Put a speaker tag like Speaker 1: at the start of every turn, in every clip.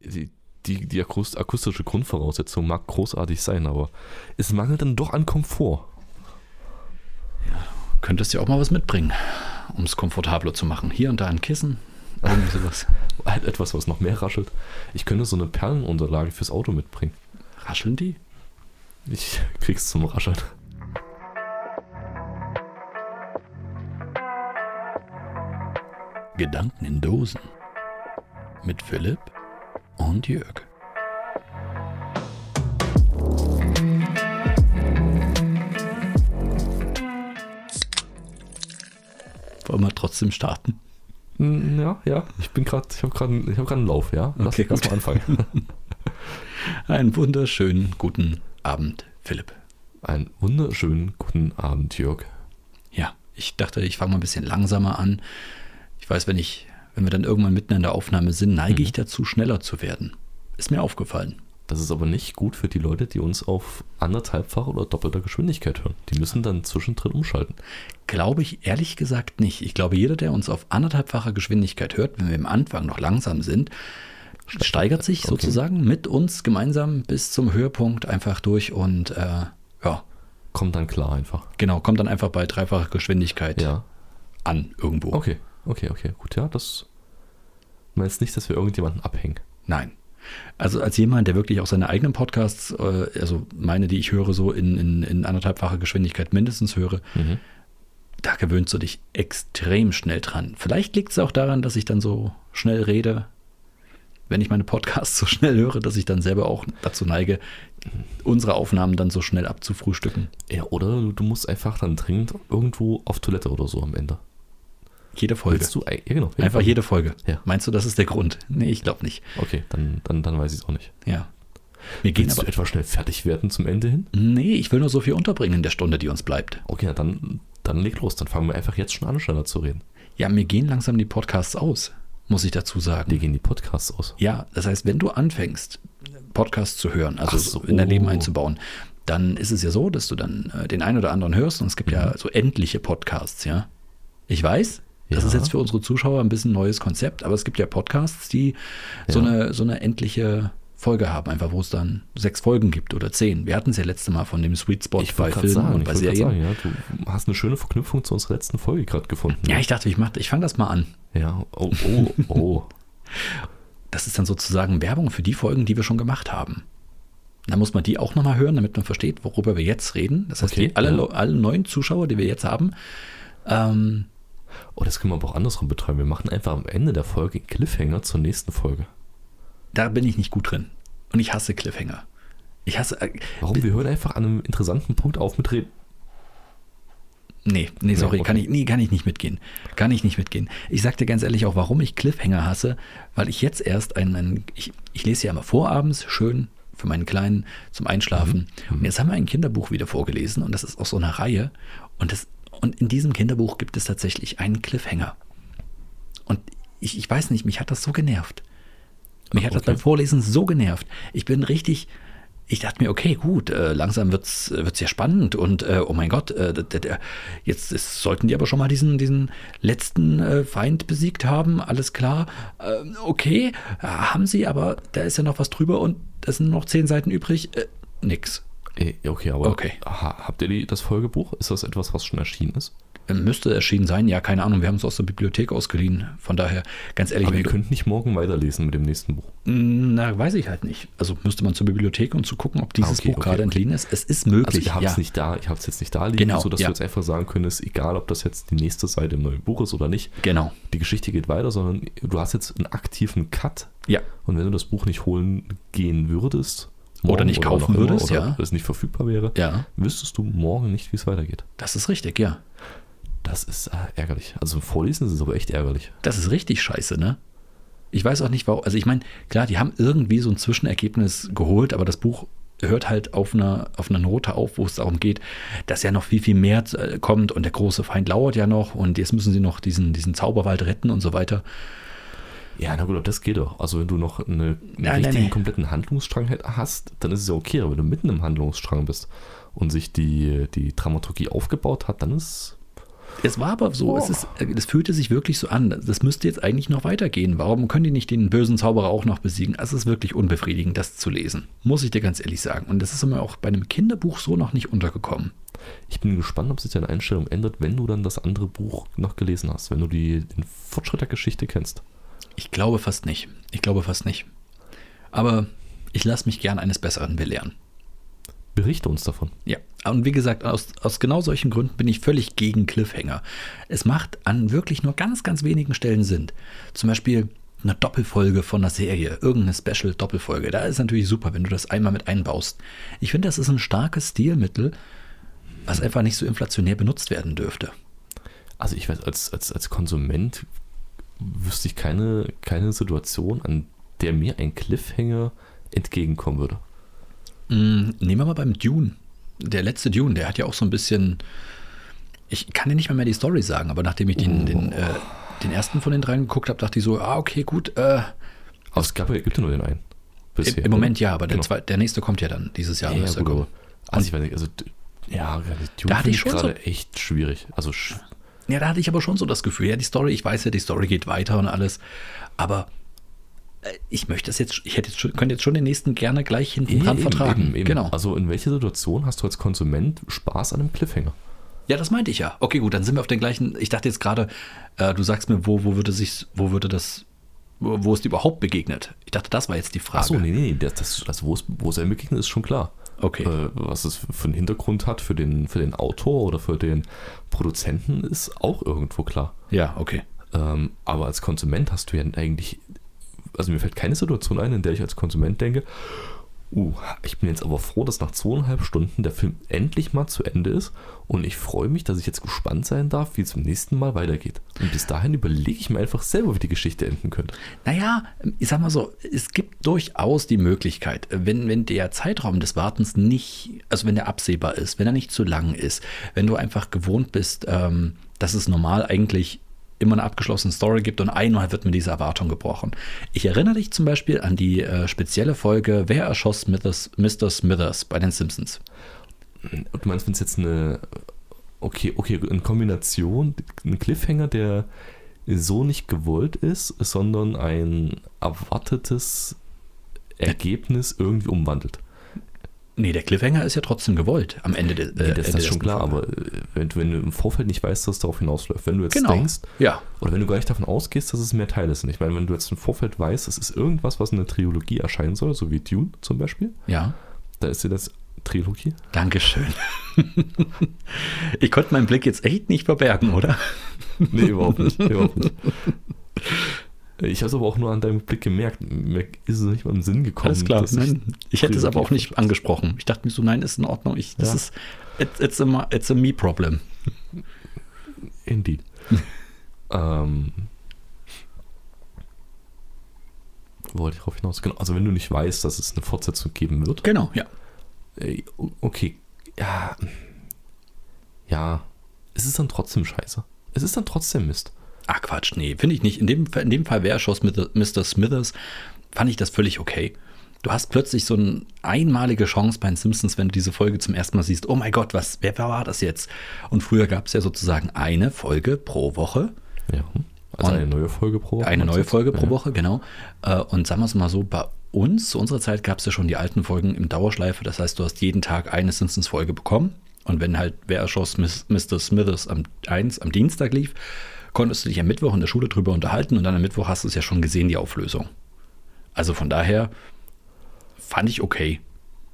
Speaker 1: die, die, die Akust akustische Grundvoraussetzung mag großartig sein, aber es mangelt dann doch an Komfort.
Speaker 2: Könntest ja auch mal was mitbringen, um es komfortabler zu machen. Hier und da ein Kissen, irgendwie sowas.
Speaker 1: Halt Etwas, was noch mehr raschelt. Ich könnte so eine Perlenunterlage fürs Auto mitbringen.
Speaker 2: Rascheln die?
Speaker 1: Ich krieg's zum Rascheln.
Speaker 2: Gedanken in Dosen. Mit Philipp und Jörg. Wollen wir trotzdem starten?
Speaker 1: Hm, Ja, ja. Ich bin gerade, ich habe gerade, ich habe gerade einen Lauf, ja. Lass,
Speaker 2: Okay,
Speaker 1: lass
Speaker 2: gut.
Speaker 1: mal anfangen.
Speaker 2: Einen wunderschönen guten Abend, Philipp.
Speaker 1: Einen wunderschönen guten Abend, Jörg.
Speaker 2: Ja, ich dachte, ich fange mal ein bisschen langsamer an. Ich weiß, wenn ich, wenn wir dann irgendwann mitten in der Aufnahme sind, neige
Speaker 1: Mhm.
Speaker 2: ich dazu, schneller zu werden. Ist mir aufgefallen.
Speaker 1: Das ist aber nicht gut für die Leute, die uns auf anderthalbfacher oder doppelter Geschwindigkeit hören. Die müssen dann zwischendrin umschalten.
Speaker 2: Glaube ich ehrlich gesagt nicht. Ich glaube, jeder, der uns auf anderthalbfacher Geschwindigkeit hört, wenn wir am Anfang noch langsam sind, steigert sich
Speaker 1: okay.
Speaker 2: sozusagen mit uns gemeinsam bis zum Höhepunkt einfach durch und äh, ja,
Speaker 1: Kommt dann klar einfach.
Speaker 2: genau, kommt dann einfach bei dreifacher Geschwindigkeit
Speaker 1: Ja.
Speaker 2: an irgendwo.
Speaker 1: Okay, okay, okay. Gut, ja, das. Ich meine jetzt nicht, dass wir irgendjemanden abhängen.
Speaker 2: Nein. Also als jemand, der wirklich auch seine eigenen Podcasts, äh, also meine, die ich höre, so in, in, in anderthalbfacher Geschwindigkeit mindestens höre,
Speaker 1: Mhm.
Speaker 2: da gewöhnst du dich extrem schnell dran. Vielleicht liegt es auch daran, dass ich dann so schnell rede, wenn ich meine Podcasts so schnell höre, dass ich dann selber auch dazu neige, unsere Aufnahmen dann so schnell abzufrühstücken.
Speaker 1: Ja, oder du, du musst einfach dann dringend irgendwo auf Toilette oder so am Ende.
Speaker 2: Jede Folge.
Speaker 1: Willst du ei- ja, genau.
Speaker 2: Einfach jede Folge.
Speaker 1: Ja.
Speaker 2: Meinst du, das ist der Grund? Nee, ich glaube nicht.
Speaker 1: Okay, dann, dann, dann weiß ich es auch nicht.
Speaker 2: Ja. Wir gehen
Speaker 1: Willst
Speaker 2: aber.
Speaker 1: du etwa schnell fertig werden zum Ende hin?
Speaker 2: Nee, ich will nur so viel unterbringen in der Stunde, die uns bleibt.
Speaker 1: Okay, na dann, dann leg los. Dann fangen wir einfach jetzt schon an, schneller zu reden.
Speaker 2: Ja, mir gehen langsam die Podcasts aus, muss ich dazu sagen.
Speaker 1: Dir gehen die Podcasts aus.
Speaker 2: Ja, das heißt, wenn du anfängst, Podcasts zu hören, also
Speaker 1: Ach so.
Speaker 2: in dein Leben einzubauen, dann ist es ja so, dass du dann äh, den einen oder anderen hörst und es gibt
Speaker 1: Mhm.
Speaker 2: ja so endliche Podcasts, ja. Ich weiß, das
Speaker 1: Ja.
Speaker 2: ist jetzt für unsere Zuschauer ein bisschen neues Konzept, aber es gibt ja Podcasts, die so,
Speaker 1: Ja.
Speaker 2: eine, so eine endliche Folge haben, einfach wo es dann sechs Folgen gibt oder zehn. Wir hatten es ja letzte Mal von dem Sweet Spot
Speaker 1: Ich
Speaker 2: bei
Speaker 1: wollte gerade
Speaker 2: Filmen
Speaker 1: sagen,
Speaker 2: und
Speaker 1: ich
Speaker 2: bei
Speaker 1: wollte grad
Speaker 2: Serien.
Speaker 1: sagen ja, du hast eine schöne Verknüpfung zu unserer letzten Folge gerade gefunden.
Speaker 2: Ja, ich dachte, ich, mach- ich fange das mal an.
Speaker 1: Ja, oh, oh, oh.
Speaker 2: Das ist dann sozusagen Werbung für die Folgen, die wir schon gemacht haben. Da muss man die auch nochmal hören, damit man versteht, worüber wir jetzt reden. Das heißt,
Speaker 1: Okay,
Speaker 2: die, alle,
Speaker 1: ja.
Speaker 2: Leu- alle neuen Zuschauer, die wir jetzt haben, ähm,
Speaker 1: oh, das können wir aber auch andersrum betreiben. Wir machen einfach am Ende der Folge einen Cliffhanger zur nächsten Folge.
Speaker 2: da bin ich nicht gut drin. Und ich hasse Cliffhanger. Ich hasse. Äh,
Speaker 1: Warum? Wir hören einfach an einem interessanten Punkt auf mit Reden.
Speaker 2: Nee, nee, sorry,
Speaker 1: okay.
Speaker 2: kann, ich, nee, kann ich nicht mitgehen. Kann ich nicht mitgehen. Ich sag dir ganz ehrlich auch, warum ich Cliffhanger hasse, weil ich jetzt erst einen, einen ich, ich lese ja immer vorabends schön für meinen Kleinen zum Einschlafen. Und jetzt haben wir ein Kinderbuch wieder vorgelesen und das ist auch so eine Reihe. Und, das, und in diesem Kinderbuch gibt es tatsächlich einen Cliffhanger. Und ich, ich weiß nicht, mich hat das so genervt. Mich hat das
Speaker 1: Okay.
Speaker 2: beim Vorlesen so genervt. Ich bin richtig, ich dachte mir, okay, gut, äh, langsam wird's, äh, wird's ja spannend und äh, oh mein Gott, äh, d- d- d- jetzt ist, sollten die aber schon mal diesen, diesen letzten äh, Feind besiegt haben, alles klar. Ähm, okay, äh, haben sie, aber da ist ja noch was drüber und es sind noch zehn Seiten übrig. Äh, nix.
Speaker 1: Äh, Okay, aber
Speaker 2: Okay.
Speaker 1: Ha, habt ihr die, das Folgebuch? Ist das etwas, was schon erschienen ist?
Speaker 2: Äh, Müsste erschienen sein, ja, keine Ahnung, wir haben es aus der Bibliothek ausgeliehen. Von daher, ganz ehrlich,
Speaker 1: Aber
Speaker 2: wenn
Speaker 1: ihr
Speaker 2: du-
Speaker 1: könnt nicht morgen weiterlesen mit dem nächsten Buch.
Speaker 2: Na, weiß ich halt nicht. Also müsste man zur Bibliothek und zu gucken, ob
Speaker 1: Ah,
Speaker 2: dieses
Speaker 1: okay,
Speaker 2: Buch
Speaker 1: okay,
Speaker 2: gerade
Speaker 1: okay.
Speaker 2: entliehen ist. Es ist
Speaker 1: Also
Speaker 2: möglich.
Speaker 1: ich habe es
Speaker 2: ja.
Speaker 1: nicht da, ich habe es jetzt nicht da liegen,
Speaker 2: Genau,
Speaker 1: sodass
Speaker 2: ja.
Speaker 1: du jetzt einfach sagen könntest, egal ob das jetzt die nächste Seite im neuen Buch ist oder nicht,
Speaker 2: Genau.
Speaker 1: die Geschichte geht weiter, sondern du hast jetzt einen aktiven Cut
Speaker 2: Ja.
Speaker 1: und wenn du das Buch nicht holen gehen würdest
Speaker 2: Oder nicht
Speaker 1: wann
Speaker 2: kaufen
Speaker 1: auch immer,
Speaker 2: würdest,
Speaker 1: oder
Speaker 2: ja.
Speaker 1: es nicht verfügbar wäre,
Speaker 2: Ja.
Speaker 1: wüsstest du morgen nicht, wie es weitergeht.
Speaker 2: Das ist richtig, ja.
Speaker 1: Das ist äh, ärgerlich. Also vorlesen ist es aber echt ärgerlich.
Speaker 2: Das ist richtig scheiße, ne? Ich weiß auch nicht, warum. Also ich meine, klar, die haben irgendwie so ein Zwischenergebnis geholt, aber das Buch hört halt auf einer, auf einer Note auf, wo es darum geht, dass ja noch viel, viel mehr äh, kommt und der große Feind lauert ja noch und jetzt müssen sie noch diesen, diesen Zauberwald retten und so weiter.
Speaker 1: Ja, na gut, aber das geht doch. Also wenn du noch eine, einen
Speaker 2: Nein, nein,
Speaker 1: richtigen,
Speaker 2: nein.
Speaker 1: kompletten Handlungsstrang halt hast, dann ist es ja okay. Aber wenn du mitten im Handlungsstrang bist und sich die, die Dramaturgie aufgebaut hat, dann ist
Speaker 2: Es war aber so, es, ist, es fühlte sich wirklich so an. Das müsste jetzt eigentlich noch weitergehen. Warum können die nicht den bösen Zauberer auch noch besiegen? Es ist wirklich unbefriedigend, das zu lesen. Muss ich dir ganz ehrlich sagen. Und das ist mir auch bei einem Kinderbuch so noch nicht untergekommen.
Speaker 1: Ich bin gespannt, ob sich deine Einstellung ändert, wenn du dann das andere Buch noch gelesen hast, wenn du die, den Fortschritt der Geschichte kennst.
Speaker 2: Ich glaube fast nicht. Ich glaube fast nicht. Aber ich lasse mich gern eines Besseren belehren.
Speaker 1: Berichte uns davon.
Speaker 2: Ja, und wie gesagt, aus, aus genau solchen Gründen bin ich völlig gegen Cliffhanger. Es macht an wirklich nur ganz, ganz wenigen Stellen Sinn. Zum Beispiel eine Doppelfolge von einer Serie, irgendeine Special-Doppelfolge. Da ist natürlich super, wenn du das einmal mit einbaust. Ich finde, das ist ein starkes Stilmittel, was einfach nicht so inflationär benutzt werden dürfte.
Speaker 1: Also ich weiß, als, als, als Konsument wüsste ich keine, keine Situation, an der mir ein Cliffhanger entgegenkommen würde.
Speaker 2: Mm, Nehmen wir mal beim Dune. Der letzte Dune, der hat ja auch so ein bisschen. Ich kann dir nicht mal mehr die Story sagen, aber nachdem ich den, den, äh, den ersten von den dreien geguckt habe, dachte ich so, ah, okay, gut. Äh,
Speaker 1: Aber Also es gab, gibt ja nur den einen.
Speaker 2: im,
Speaker 1: Bisher.
Speaker 2: Im Moment ja, aber der,
Speaker 1: Genau.
Speaker 2: zwei, der nächste kommt ja dann dieses Jahr.
Speaker 1: Ja, ja,
Speaker 2: soll
Speaker 1: gut,
Speaker 2: kommen.
Speaker 1: aber, also ich weiß nicht, also d- ja, Dune
Speaker 2: Da hatte
Speaker 1: finde
Speaker 2: ich schon so-
Speaker 1: gerade echt schwierig. Also sch
Speaker 2: Ja, da hatte ich aber schon so das Gefühl, ja, die Story, ich weiß ja, die Story geht weiter und alles, aber äh, ich möchte das jetzt, ich hätte jetzt schon, könnte jetzt schon den nächsten gerne gleich hinten dran
Speaker 1: Eben,
Speaker 2: vertragen.
Speaker 1: eben, eben.
Speaker 2: Genau.
Speaker 1: Also in welcher Situation hast du als Konsument Spaß an einem Cliffhanger?
Speaker 2: ja, das meinte ich ja. Okay, gut, dann sind wir auf den gleichen. Ich dachte jetzt gerade, äh, du sagst mir, wo, wo würde sich, wo würde das, wo, wo ist die überhaupt begegnet? Ich dachte, das war jetzt die Frage.
Speaker 1: Achso, nee, nee, nee, das, das, also wo es, wo es einem begegnet, ist schon klar.
Speaker 2: Okay.
Speaker 1: Äh, was es für einen Hintergrund hat für den, für den Autor oder für den Produzenten, ist auch irgendwo klar.
Speaker 2: Ja, okay.
Speaker 1: Ähm, aber als Konsument hast du ja eigentlich, also mir fällt keine Situation ein, in der ich als Konsument denke, uh, ich bin jetzt aber froh, dass nach zweieinhalb Stunden der Film endlich mal zu Ende ist und ich freue mich, dass ich jetzt gespannt sein darf, wie es beim nächsten Mal weitergeht. Und bis dahin überlege ich mir einfach selber, wie die Geschichte enden könnte.
Speaker 2: Naja, ich sag mal so, es gibt durchaus die Möglichkeit, wenn, wenn der Zeitraum des Wartens nicht, also wenn der absehbar ist, wenn er nicht zu lang ist, wenn du einfach gewohnt bist, ähm, dass es normal eigentlich immer eine abgeschlossene Story gibt und einmal wird mit dieser Erwartung gebrochen. Ich erinnere dich zum Beispiel an die äh, spezielle Folge Wer erschoss Smithers, Mr. Smithers bei den Simpsons.
Speaker 1: Und du meinst, wenn es jetzt eine, okay, okay, in Kombination, ein Cliffhanger, der so nicht gewollt ist, sondern ein erwartetes Ergebnis irgendwie umwandelt.
Speaker 2: Nee, der Cliffhanger ist ja trotzdem gewollt am Ende des
Speaker 1: Nee, das,
Speaker 2: Ende
Speaker 1: das
Speaker 2: der
Speaker 1: ist schon
Speaker 2: ersten
Speaker 1: klar,
Speaker 2: Folge.
Speaker 1: aber äh, wenn, wenn du im Vorfeld nicht weißt, dass es darauf hinausläuft, wenn du jetzt
Speaker 2: genau.
Speaker 1: denkst,
Speaker 2: ja.
Speaker 1: oder wenn du gar nicht davon ausgehst, dass es mehr Teile sind. Ich meine, wenn du jetzt im Vorfeld weißt, es ist irgendwas, was in der Trilogie erscheinen soll, so wie Dune zum Beispiel,
Speaker 2: Ja.
Speaker 1: da ist dir das Trilogie.
Speaker 2: Dankeschön. Ich konnte meinen Blick jetzt echt nicht verbergen, oder?
Speaker 1: Nee, überhaupt nicht. überhaupt nicht. Äh, Ich habe es aber auch nur an deinem Blick gemerkt. Mir ist es nicht mal im Sinn gekommen. dass ich-
Speaker 2: Nein, ich hätte es aber auch nicht angesprochen. Ich dachte mir so, nein, ist in Ordnung. Ich, das
Speaker 1: Ja.
Speaker 2: ist, it's, it's, a, ma- it's a me problem.
Speaker 1: Indeed. ähm, wo wollte ich darauf hinaus? Genau, also wenn du nicht weißt, dass es eine Fortsetzung geben wird,
Speaker 2: Genau, ja.
Speaker 1: Ey, o- Äh, okay, ja, ja, es ist dann trotzdem scheiße. Es ist dann trotzdem Mist.
Speaker 2: Ach Ah, Quatsch, nee, finde ich nicht. In dem, Fall- in dem Fall wäre Schuss mit Mr. Smithers, fand ich das völlig okay. Du hast plötzlich so eine einmalige Chance bei den Simpsons, wenn du diese Folge zum ersten Mal siehst. Oh mein Gott, was, wer war das jetzt? Und früher gab es ja sozusagen eine Folge pro Woche.
Speaker 1: Ja. Also
Speaker 2: Und-
Speaker 1: eine neue Folge pro Woche.
Speaker 2: Eine neue
Speaker 1: meinst du?
Speaker 2: Folge pro
Speaker 1: Ja.
Speaker 2: Woche, genau. Äh, Und sagen wir es mal so, bei uns, zu unserer Zeit gab es ja schon die alten Folgen im Dauerschleife. Das heißt, du hast jeden Tag eine Simpsons-Folge bekommen. Und wenn halt Wer erschoss Miss- Mr. Smithers am, 1, am Dienstag lief, konntest du dich am Mittwoch in der Schule drüber unterhalten und dann am Mittwoch hast du es ja schon gesehen, die Auflösung. Also von daher fand ich okay.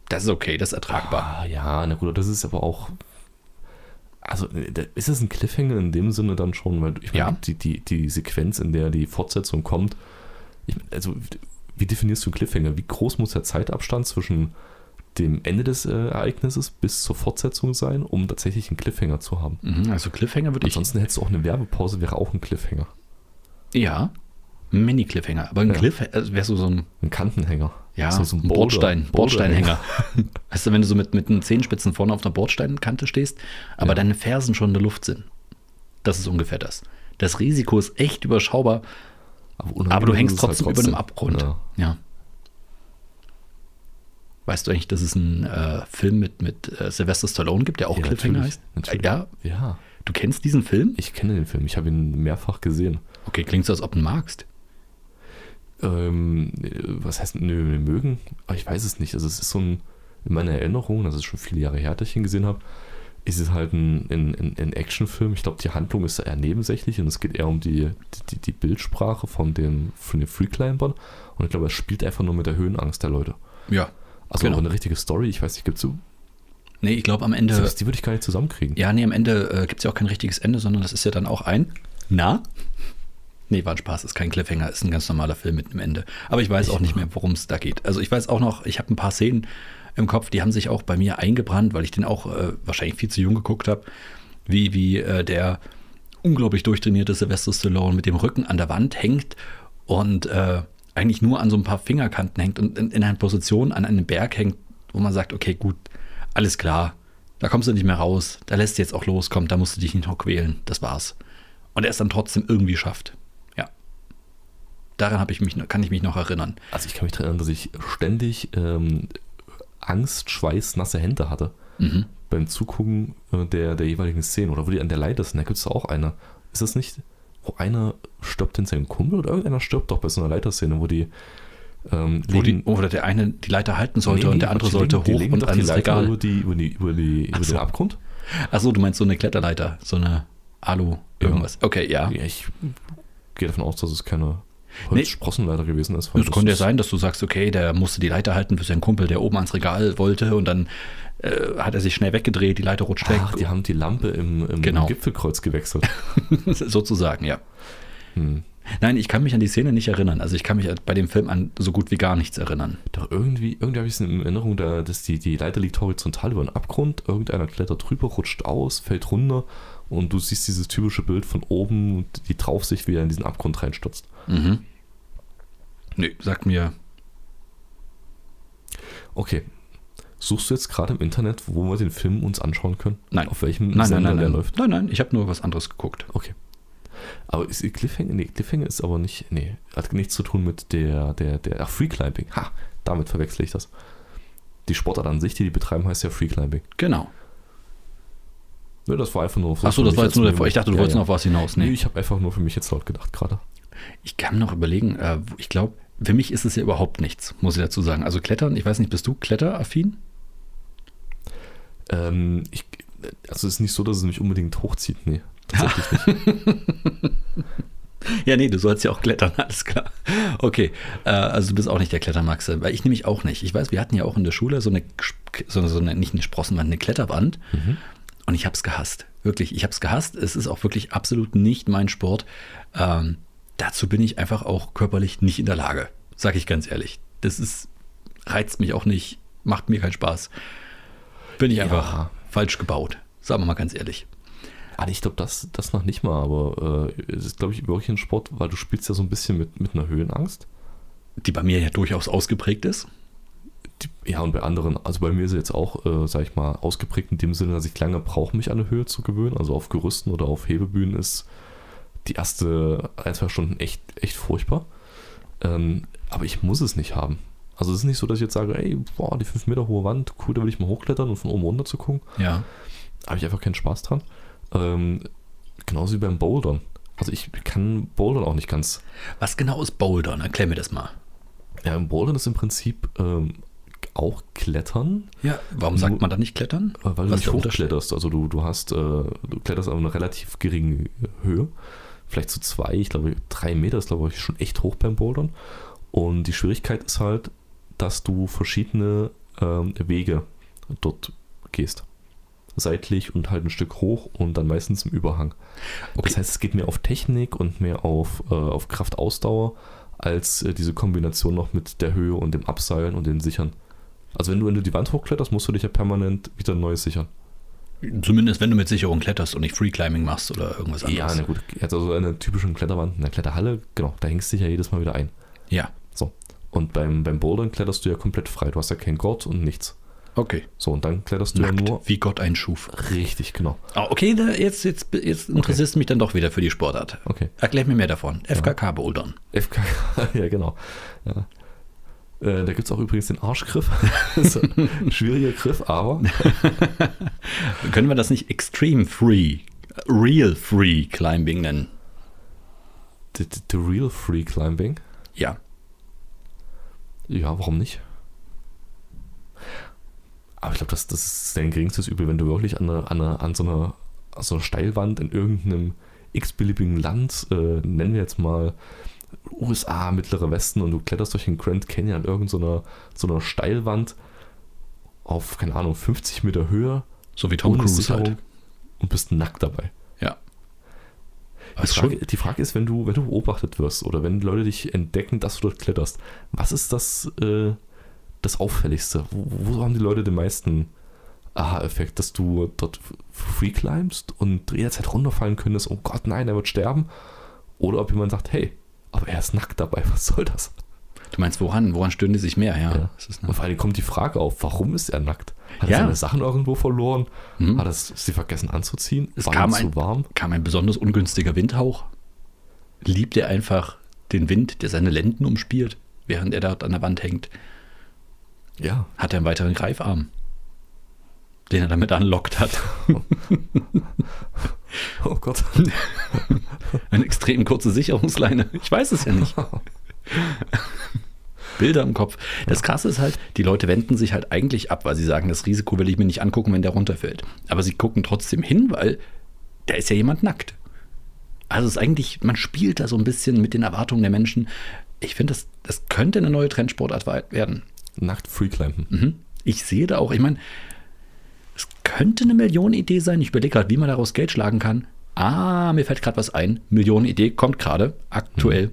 Speaker 2: Das ist okay, das ist ertragbar.
Speaker 1: Ah, ja, na gut, das ist aber auch. Also, äh, da- ist es ein Cliffhanger in dem Sinne dann schon, weil ich meine,
Speaker 2: Ja.
Speaker 1: die, die, die Sequenz, in der die Fortsetzung kommt, ich meine, also, wie definierst du einen Cliffhanger? Wie groß muss der Zeitabstand zwischen dem Ende des äh, Ereignisses bis zur Fortsetzung sein, um tatsächlich einen Cliffhanger zu haben?
Speaker 2: Mhm, Also Cliffhanger würde ich.
Speaker 1: Ansonsten hättest du auch eine Werbepause, wäre auch ein Cliffhanger.
Speaker 2: Ja. Mini-Cliffhanger. Aber ein
Speaker 1: Ja.
Speaker 2: Cliffhanger also wäre so so ein
Speaker 1: Ein Kantenhänger.
Speaker 2: Ja,
Speaker 1: So- so
Speaker 2: so
Speaker 1: ein
Speaker 2: ein Bordstein,
Speaker 1: Boulder-
Speaker 2: Bordsteinhänger. weißt du, wenn du so mit, mit den Zehenspitzen vorne auf einer Bordsteinkante stehst, aber
Speaker 1: Ja.
Speaker 2: deine Fersen schon in der Luft sind. Das ist ungefähr das. Das Risiko ist echt überschaubar,
Speaker 1: unangenehm
Speaker 2: aber du hängst
Speaker 1: ist es halt
Speaker 2: trotzdem, über einem Abgrund.
Speaker 1: Ja.
Speaker 2: Ja. Weißt du eigentlich, dass es einen äh, Film mit, mit äh, Sylvester Stallone gibt, der auch
Speaker 1: Ja,
Speaker 2: Cliffhanger
Speaker 1: natürlich,
Speaker 2: heißt?
Speaker 1: natürlich.
Speaker 2: Ja,
Speaker 1: ja.
Speaker 2: Du kennst diesen Film?
Speaker 1: Ich kenne den Film, ich habe ihn mehrfach gesehen.
Speaker 2: Okay, klingt so, als ob du ihn magst.
Speaker 1: Ähm, äh, was heißt, nö, wir mögen? Aber ich weiß es nicht. Also, es ist so ein, in meiner Erinnerung, das ist schon viele Jahre her, dass ich ihn gesehen habe, ist es halt ein, ein, ein, ein Actionfilm. Ich glaube, die Handlung ist eher nebensächlich und es geht eher um die, die, die Bildsprache von, dem, von den Freeclimbern. Und ich glaube, er spielt einfach nur mit der Höhenangst der Leute.
Speaker 2: Ja.
Speaker 1: Also
Speaker 2: Genau.
Speaker 1: auch eine richtige Story, ich weiß nicht, gibt es
Speaker 2: Nee, ich glaube am Ende.
Speaker 1: Selbst die würde ich gar nicht zusammenkriegen.
Speaker 2: Ja, nee, am Ende äh, gibt es ja auch kein richtiges Ende, sondern das ist ja dann auch ein. Na? Nee, war ein Spaß, ist kein Cliffhanger, ist ein ganz normaler Film mit einem Ende. Aber ich weiß auch nicht mehr, worum es da geht. Also ich weiß auch noch, ich habe ein paar Szenen im Kopf, die haben sich auch bei mir eingebrannt, weil ich den auch äh, wahrscheinlich viel zu jung geguckt habe, wie, wie äh, der unglaublich durchtrainierte Sylvester Stallone mit dem Rücken an der Wand hängt und äh, eigentlich nur an so ein paar Fingerkanten hängt und in, in einer Position an einem Berg hängt, wo man sagt, okay, gut, alles klar, da kommst du nicht mehr raus, da lässt du jetzt auch los, komm, da musst du dich nicht noch quälen, das war's. Und er es dann trotzdem irgendwie schafft. Ja. Daran hab ich mich, noch- kann ich mich noch erinnern.
Speaker 1: Also ich kann mich daran erinnern, dass ich ständig ähm, Angst, Schweiß, nasse Hände hatte
Speaker 2: Mhm.
Speaker 1: beim Zugucken äh, der, der jeweiligen Szene. Oder wo die an der Leiter sind, da gibt es auch eine. Ist das nicht, wo einer stirbt in seinem Kumpel oder irgendeiner stirbt doch bei so einer Leiterszene, wo die ähm,
Speaker 2: Wo die,
Speaker 1: legen-
Speaker 2: oder der eine die Leiter halten sollte
Speaker 1: Nee, nee,
Speaker 2: und der andere
Speaker 1: Quatsch, die
Speaker 2: sollte
Speaker 1: legen- die
Speaker 2: hoch
Speaker 1: legen
Speaker 2: und
Speaker 1: doch die
Speaker 2: ans
Speaker 1: Leiter
Speaker 2: Regal.
Speaker 1: über, die, über, die, über, die, über
Speaker 2: so.
Speaker 1: den Abgrund.
Speaker 2: Achso, du meinst so eine Kletterleiter, so eine Alu, irgendwas. Okay, ja.
Speaker 1: Ja, ich gehe davon aus, dass es keine Holzsprossenleiter gewesen ist. weil
Speaker 2: Es konnte ja
Speaker 1: ist-
Speaker 2: sein, dass du sagst, okay, der musste die Leiter halten für seinen Kumpel, der oben ans Regal wollte und dann äh, hat er sich schnell weggedreht, die Leiter rutscht
Speaker 1: Ach, Ah, die
Speaker 2: weg.
Speaker 1: haben die Lampe im, im,
Speaker 2: Genau.
Speaker 1: im Gipfelkreuz gewechselt.
Speaker 2: Sozusagen, ja.
Speaker 1: Hm.
Speaker 2: Nein, ich kann mich an die Szene nicht erinnern. Also ich kann mich bei dem Film an so gut wie gar nichts erinnern.
Speaker 1: Doch irgendwie, irgendwie habe ich es in Erinnerung, da, dass die, die Leiter liegt horizontal über den Abgrund, irgendeiner klettert drüber, rutscht aus, fällt runter und du siehst dieses typische Bild von oben und die Draufsicht, wie er in diesen Abgrund reinstürzt.
Speaker 2: Mhm. Nö, sagt mir.
Speaker 1: Okay. Suchst du jetzt gerade im Internet, wo wir den Film uns anschauen können?
Speaker 2: Nein.
Speaker 1: Auf welchem
Speaker 2: Nein, nein, nein,
Speaker 1: der
Speaker 2: nein.
Speaker 1: läuft?
Speaker 2: Nein, nein, ich habe nur was anderes geguckt.
Speaker 1: Okay. Aber ist die Cliffhanger? Nee, Cliffhanger ist aber nicht. Nee, hat nichts zu tun mit der, der, der. Ach, Freeclimbing. Ha, damit verwechsel ich das. Die Sportart an sich, die die betreiben, heißt ja Freeclimbing.
Speaker 2: Genau.
Speaker 1: Ne, das war einfach nur. so
Speaker 2: Achso,
Speaker 1: für
Speaker 2: das
Speaker 1: mich
Speaker 2: war jetzt
Speaker 1: als
Speaker 2: nur der
Speaker 1: Memo.
Speaker 2: Vor. Ich dachte, du
Speaker 1: Ja,
Speaker 2: wolltest
Speaker 1: ja.
Speaker 2: noch was hinaus.
Speaker 1: Nee,
Speaker 2: Nee.
Speaker 1: ich habe einfach nur für mich jetzt laut gedacht gerade.
Speaker 2: Ich kann noch überlegen, äh, wo- ich glaube, für mich ist es ja überhaupt nichts, muss ich dazu sagen. Also Klettern, ich weiß nicht, bist du kletteraffin?
Speaker 1: Ähm, ich, also es ist nicht so, dass es mich unbedingt hochzieht, nee. Tatsächlich nicht.
Speaker 2: Ja, nee, du sollst ja auch klettern, alles klar. Okay, äh, also du bist auch nicht der Klettermaxe, weil ich nämlich auch nicht. Ich weiß, wir hatten ja auch in der Schule so eine, Gsp- so eine, so eine nicht eine Sprossenwand, eine Kletterwand. Und ich habe es gehasst. Wirklich, ich habe es gehasst. Es ist auch wirklich absolut nicht mein Sport. Ähm, dazu bin ich einfach auch körperlich nicht in der Lage, sage ich ganz ehrlich. Das ist, reizt mich auch nicht, macht mir keinen Spaß. Bin ich einfach falsch gebaut, sagen wir mal ganz ehrlich.
Speaker 1: Ah, ich glaube, das, das noch nicht mal, aber äh, es ist, glaube ich, wirklich ein Sport, weil du spielst ja so ein bisschen mit, mit einer Höhenangst.
Speaker 2: Die bei mir ja durchaus ausgeprägt ist.
Speaker 1: Die- Ja, und bei anderen, also bei mir ist sie jetzt auch, äh, sag ich mal, ausgeprägt in dem Sinne, dass ich lange brauche, mich an eine Höhe zu gewöhnen. Also auf Gerüsten oder auf Hebebühnen ist die erste ein, zwei Stunden echt, echt furchtbar. Ähm, aber ich muss es nicht haben. Also es ist nicht so, dass ich jetzt sage, ey, boah, die 5 Meter hohe Wand, cool, da will ich mal hochklettern und von oben runter zu gucken.
Speaker 2: Ja.
Speaker 1: habe ich einfach keinen Spaß dran. Ähm, genauso wie beim Bouldern. Also ich kann Bouldern auch nicht ganz.
Speaker 2: Was genau ist Bouldern? Erklär mir das mal.
Speaker 1: Ja, im Bouldern ist im Prinzip ähm, auch Klettern,
Speaker 2: Ja, warum sagt man da nicht klettern?
Speaker 1: äh, weil du
Speaker 2: Was
Speaker 1: nicht
Speaker 2: ist der Unterschied?
Speaker 1: hochkletterst. Also du, du hast, äh, du kletterst auf eine relativ geringe Höhe. Vielleicht zu so zwei, ich glaube drei Meter ist glaube ich schon echt hoch beim Bouldern. Und die Schwierigkeit ist halt, dass du verschiedene ähm, Wege dort gehst. Seitlich und halt ein Stück hoch und dann meistens im Überhang.
Speaker 2: Okay.
Speaker 1: Das heißt, es geht mehr auf Technik und mehr auf, äh, auf Kraftausdauer als äh, diese Kombination noch mit der Höhe und dem Abseilen und dem Sichern. Also wenn du, wenn du die Wand hochkletterst, musst du dich ja permanent wieder neu sichern.
Speaker 2: Zumindest wenn du mit Sicherung kletterst und nicht Freeclimbing machst oder irgendwas anderes.
Speaker 1: na gut. Jetzt also eine typischen Kletterwand, eine Kletterhalle, genau, da hängst du dich ja jedes Mal wieder ein.
Speaker 2: Ja,
Speaker 1: Und beim, beim Bouldern kletterst du ja komplett frei. Du hast ja keinen Gurt und nichts.
Speaker 2: okay.
Speaker 1: So, und dann kletterst du ja
Speaker 2: Nackt,
Speaker 1: nur.
Speaker 2: wie Gott einen schuf.
Speaker 1: Richtig, genau.
Speaker 2: Ah, okay, da, jetzt, jetzt, jetzt interessierst du mich dann doch wieder für die Sportart.
Speaker 1: Okay.
Speaker 2: Erklär mir mehr davon. FKK-Bouldern.
Speaker 1: FK, ja genau. Ja. Äh, da gibt es auch übrigens den Arschgriff. so, schwieriger Griff, aber
Speaker 2: Können wir das nicht Extreme Free Real Free Climbing nennen.
Speaker 1: The, the, the real free climbing?
Speaker 2: Ja.
Speaker 1: Ja, warum nicht? Aber ich glaube, das, das ist dein geringstes Übel, wenn du wirklich an, einer- an, einer- an, so, einer, an so einer Steilwand in irgendeinem x-beliebigen Land, äh, nennen wir jetzt mal USA, Mittlerer Westen, und du kletterst durch den Grand Canyon an irgendeiner so einer- so einer Steilwand auf, keine Ahnung, 50 Meter Höhe
Speaker 2: So wie Tom
Speaker 1: ohne
Speaker 2: Cruise
Speaker 1: Sicherung
Speaker 2: halt.
Speaker 1: und bist nackt dabei.
Speaker 2: Ja.
Speaker 1: Die
Speaker 2: Aber ist
Speaker 1: Frage,
Speaker 2: schon,
Speaker 1: die Frage ist, wenn du, wenn du beobachtet wirst oder wenn Leute dich entdecken, dass du dort kletterst, was ist das, äh, das Auffälligste? Wo, wo haben die Leute den meisten Aha-Effekt, dass du dort f- free climbst und jederzeit runterfallen könntest, oh Gott, nein, er wird sterben? Oder ob jemand sagt, hey, aber er ist nackt dabei, was soll das?
Speaker 2: du meinst, woran? Woran stören die sich mehr? Ja.
Speaker 1: Ja.
Speaker 2: Das ist
Speaker 1: Und
Speaker 2: eine,
Speaker 1: vor allem kommt die Frage auf, warum ist er nackt? Hat
Speaker 2: Ja.
Speaker 1: er seine Sachen irgendwo verloren?
Speaker 2: Mhm.
Speaker 1: Hat er s- sie vergessen anzuziehen?
Speaker 2: Es
Speaker 1: War
Speaker 2: kam
Speaker 1: ihm zu
Speaker 2: ein-
Speaker 1: warm?
Speaker 2: kam ein besonders ungünstiger Windhauch. Liebt er einfach den Wind, der seine Lenden umspielt, während er dort an der Wand hängt?
Speaker 1: Ja,
Speaker 2: Hat er einen weiteren Greifarm, den er damit anlockt hat?
Speaker 1: oh Gott.
Speaker 2: Eine extrem kurze Sicherungsleine. Ich weiß es ja nicht. Bilder im Kopf. Das Krasse ist halt, die Leute wenden sich halt eigentlich ab, weil sie sagen, das Risiko will ich mir nicht angucken, wenn der runterfällt. Aber sie gucken trotzdem hin, weil da ist ja jemand nackt. Also es ist eigentlich, man spielt da so ein bisschen mit den Erwartungen der Menschen. Ich finde, das, das könnte eine neue Trendsportart wei- werden.
Speaker 1: Nackt free climben.
Speaker 2: Mhm. Ich sehe da auch, ich meine, es könnte eine Millionenidee sein. Ich überlege gerade, wie man daraus Geld schlagen kann. Ah, mir fällt gerade was ein. Millionenidee kommt gerade, aktuell.
Speaker 1: Mhm.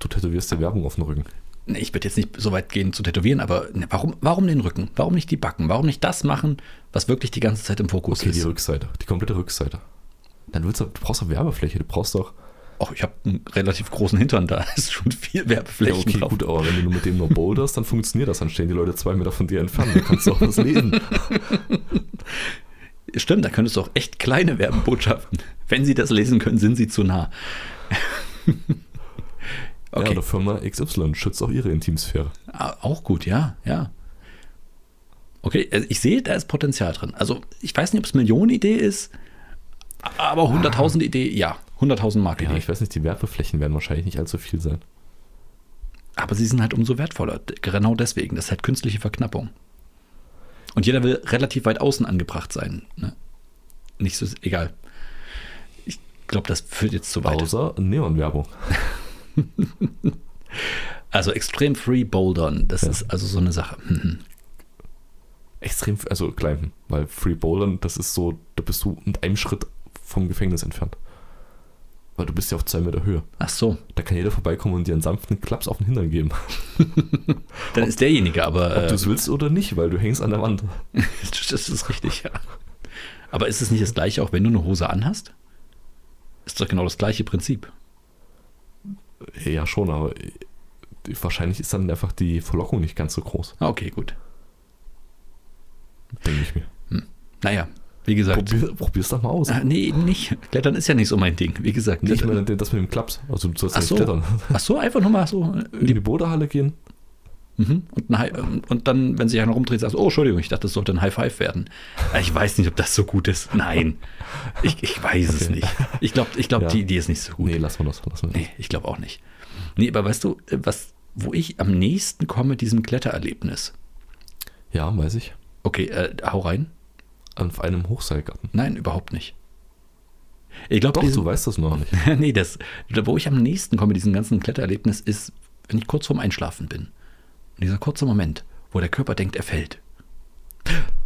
Speaker 1: Du tätowierst dir Werbung auf den Rücken.
Speaker 2: Nee, Ich würde jetzt nicht so weit gehen zu tätowieren, aber ne, warum, warum den Rücken? Warum nicht die Backen? Warum nicht das machen, was wirklich die ganze Zeit im Fokus
Speaker 1: Okay, die
Speaker 2: ist?
Speaker 1: Rückseite. Die komplette Rückseite. Dann willst du, du brauchst doch Werbefläche. Du brauchst doch.
Speaker 2: Ach, ich habe einen relativ großen Hintern, da ist schon viel Werbeflächen
Speaker 1: okay,
Speaker 2: drauf.
Speaker 1: gut, aber wenn du nur mit dem nur boulderst, dann funktioniert das. Dann stehen die Leute zwei Meter von dir entfernt. Dann kannst du auch was lesen.
Speaker 2: Stimmt, da könntest du auch echt kleine Werbebotschaften. Wenn sie das lesen können, sind sie zu nah.
Speaker 1: Ja,
Speaker 2: okay,
Speaker 1: oder Firma XY schützt auch ihre Intimsphäre.
Speaker 2: Ah, auch gut, ja, ja. Okay, also ich sehe, da ist Potenzial drin. Also ich weiß nicht, ob es Millionenidee ist, aber 100.000 Idee, ja. 100.000 Mark Idee.
Speaker 1: Ah. Ja, ich weiß nicht, die Werbeflächen werden wahrscheinlich nicht allzu viel sein.
Speaker 2: Aber sie sind halt umso wertvoller. D- Genau deswegen. Das ist halt künstliche Verknappung. Und jeder will relativ weit außen angebracht sein. Ne? Nicht so, egal. Ich glaube, das führt jetzt zu weit.
Speaker 1: Außer Neonwerbung.
Speaker 2: Also extrem free bouldern. Das ist also so eine Sache. Mhm.
Speaker 1: Extrem, also climben. Weil Free Bouldern, das ist so, da bist du mit einem Schritt vom Gefängnis entfernt. Weil du bist ja auf zwei Meter Höhe.
Speaker 2: Ach so.
Speaker 1: Da kann jeder vorbeikommen und dir einen sanften Klaps auf den Hintern geben.
Speaker 2: Dann ist derjenige aber.
Speaker 1: Ob
Speaker 2: äh,
Speaker 1: du es willst oder nicht, weil du hängst an der Wand.
Speaker 2: das ist richtig, ja. Aber ist es nicht das gleiche, auch wenn du eine Hose anhast? Ist doch genau das gleiche Prinzip.
Speaker 1: Äh, Ja, schon, aber wahrscheinlich ist dann einfach die Verlockung nicht ganz so groß,
Speaker 2: Ah, okay, gut.
Speaker 1: denke ich mir.
Speaker 2: Naja, wie gesagt.
Speaker 1: Probier, probier's doch mal aus.
Speaker 2: Ah, nee, eben nicht. Klettern ist ja nicht so mein Ding. Wie gesagt,
Speaker 1: Nicht
Speaker 2: Klettern-
Speaker 1: mal das mit dem Klaps. Also du sollst ja
Speaker 2: äh, Ach
Speaker 1: nicht
Speaker 2: so.
Speaker 1: klettern.
Speaker 2: Ach so, einfach nur mal so. äh,
Speaker 1: In die Bodehalle gehen.
Speaker 2: Mhm. Und, ein High, und- und dann, wenn sich einer rumdreht, sagst du, oh, Entschuldigung, ich dachte, das sollte ein High Five werden. Äh, Ich weiß nicht, ob das so gut ist. Nein, ich, ich weiß es
Speaker 1: Okay.
Speaker 2: nicht. Ich glaube, ich glaub,
Speaker 1: Ja.
Speaker 2: die Idee ist nicht so gut.
Speaker 1: Nee,
Speaker 2: Nee,
Speaker 1: lass mal das. Lass mal das.
Speaker 2: ich glaube auch nicht. Nee, aber weißt du, äh, was, wo ich am nächsten komme, diesem Klettererlebnis?
Speaker 1: Ja, weiß ich.
Speaker 2: Okay, äh, hau rein.
Speaker 1: Auf einem Hochseilgarten.
Speaker 2: Nein, überhaupt nicht. Ich glaube,
Speaker 1: Doch,
Speaker 2: diese,
Speaker 1: du weißt das noch nicht.
Speaker 2: nee, das, wo ich am nächsten komme, diesem ganzen Klettererlebnis, ist, wenn ich kurz vorm Einschlafen bin. Und dieser kurze Moment, wo der Körper denkt, er fällt.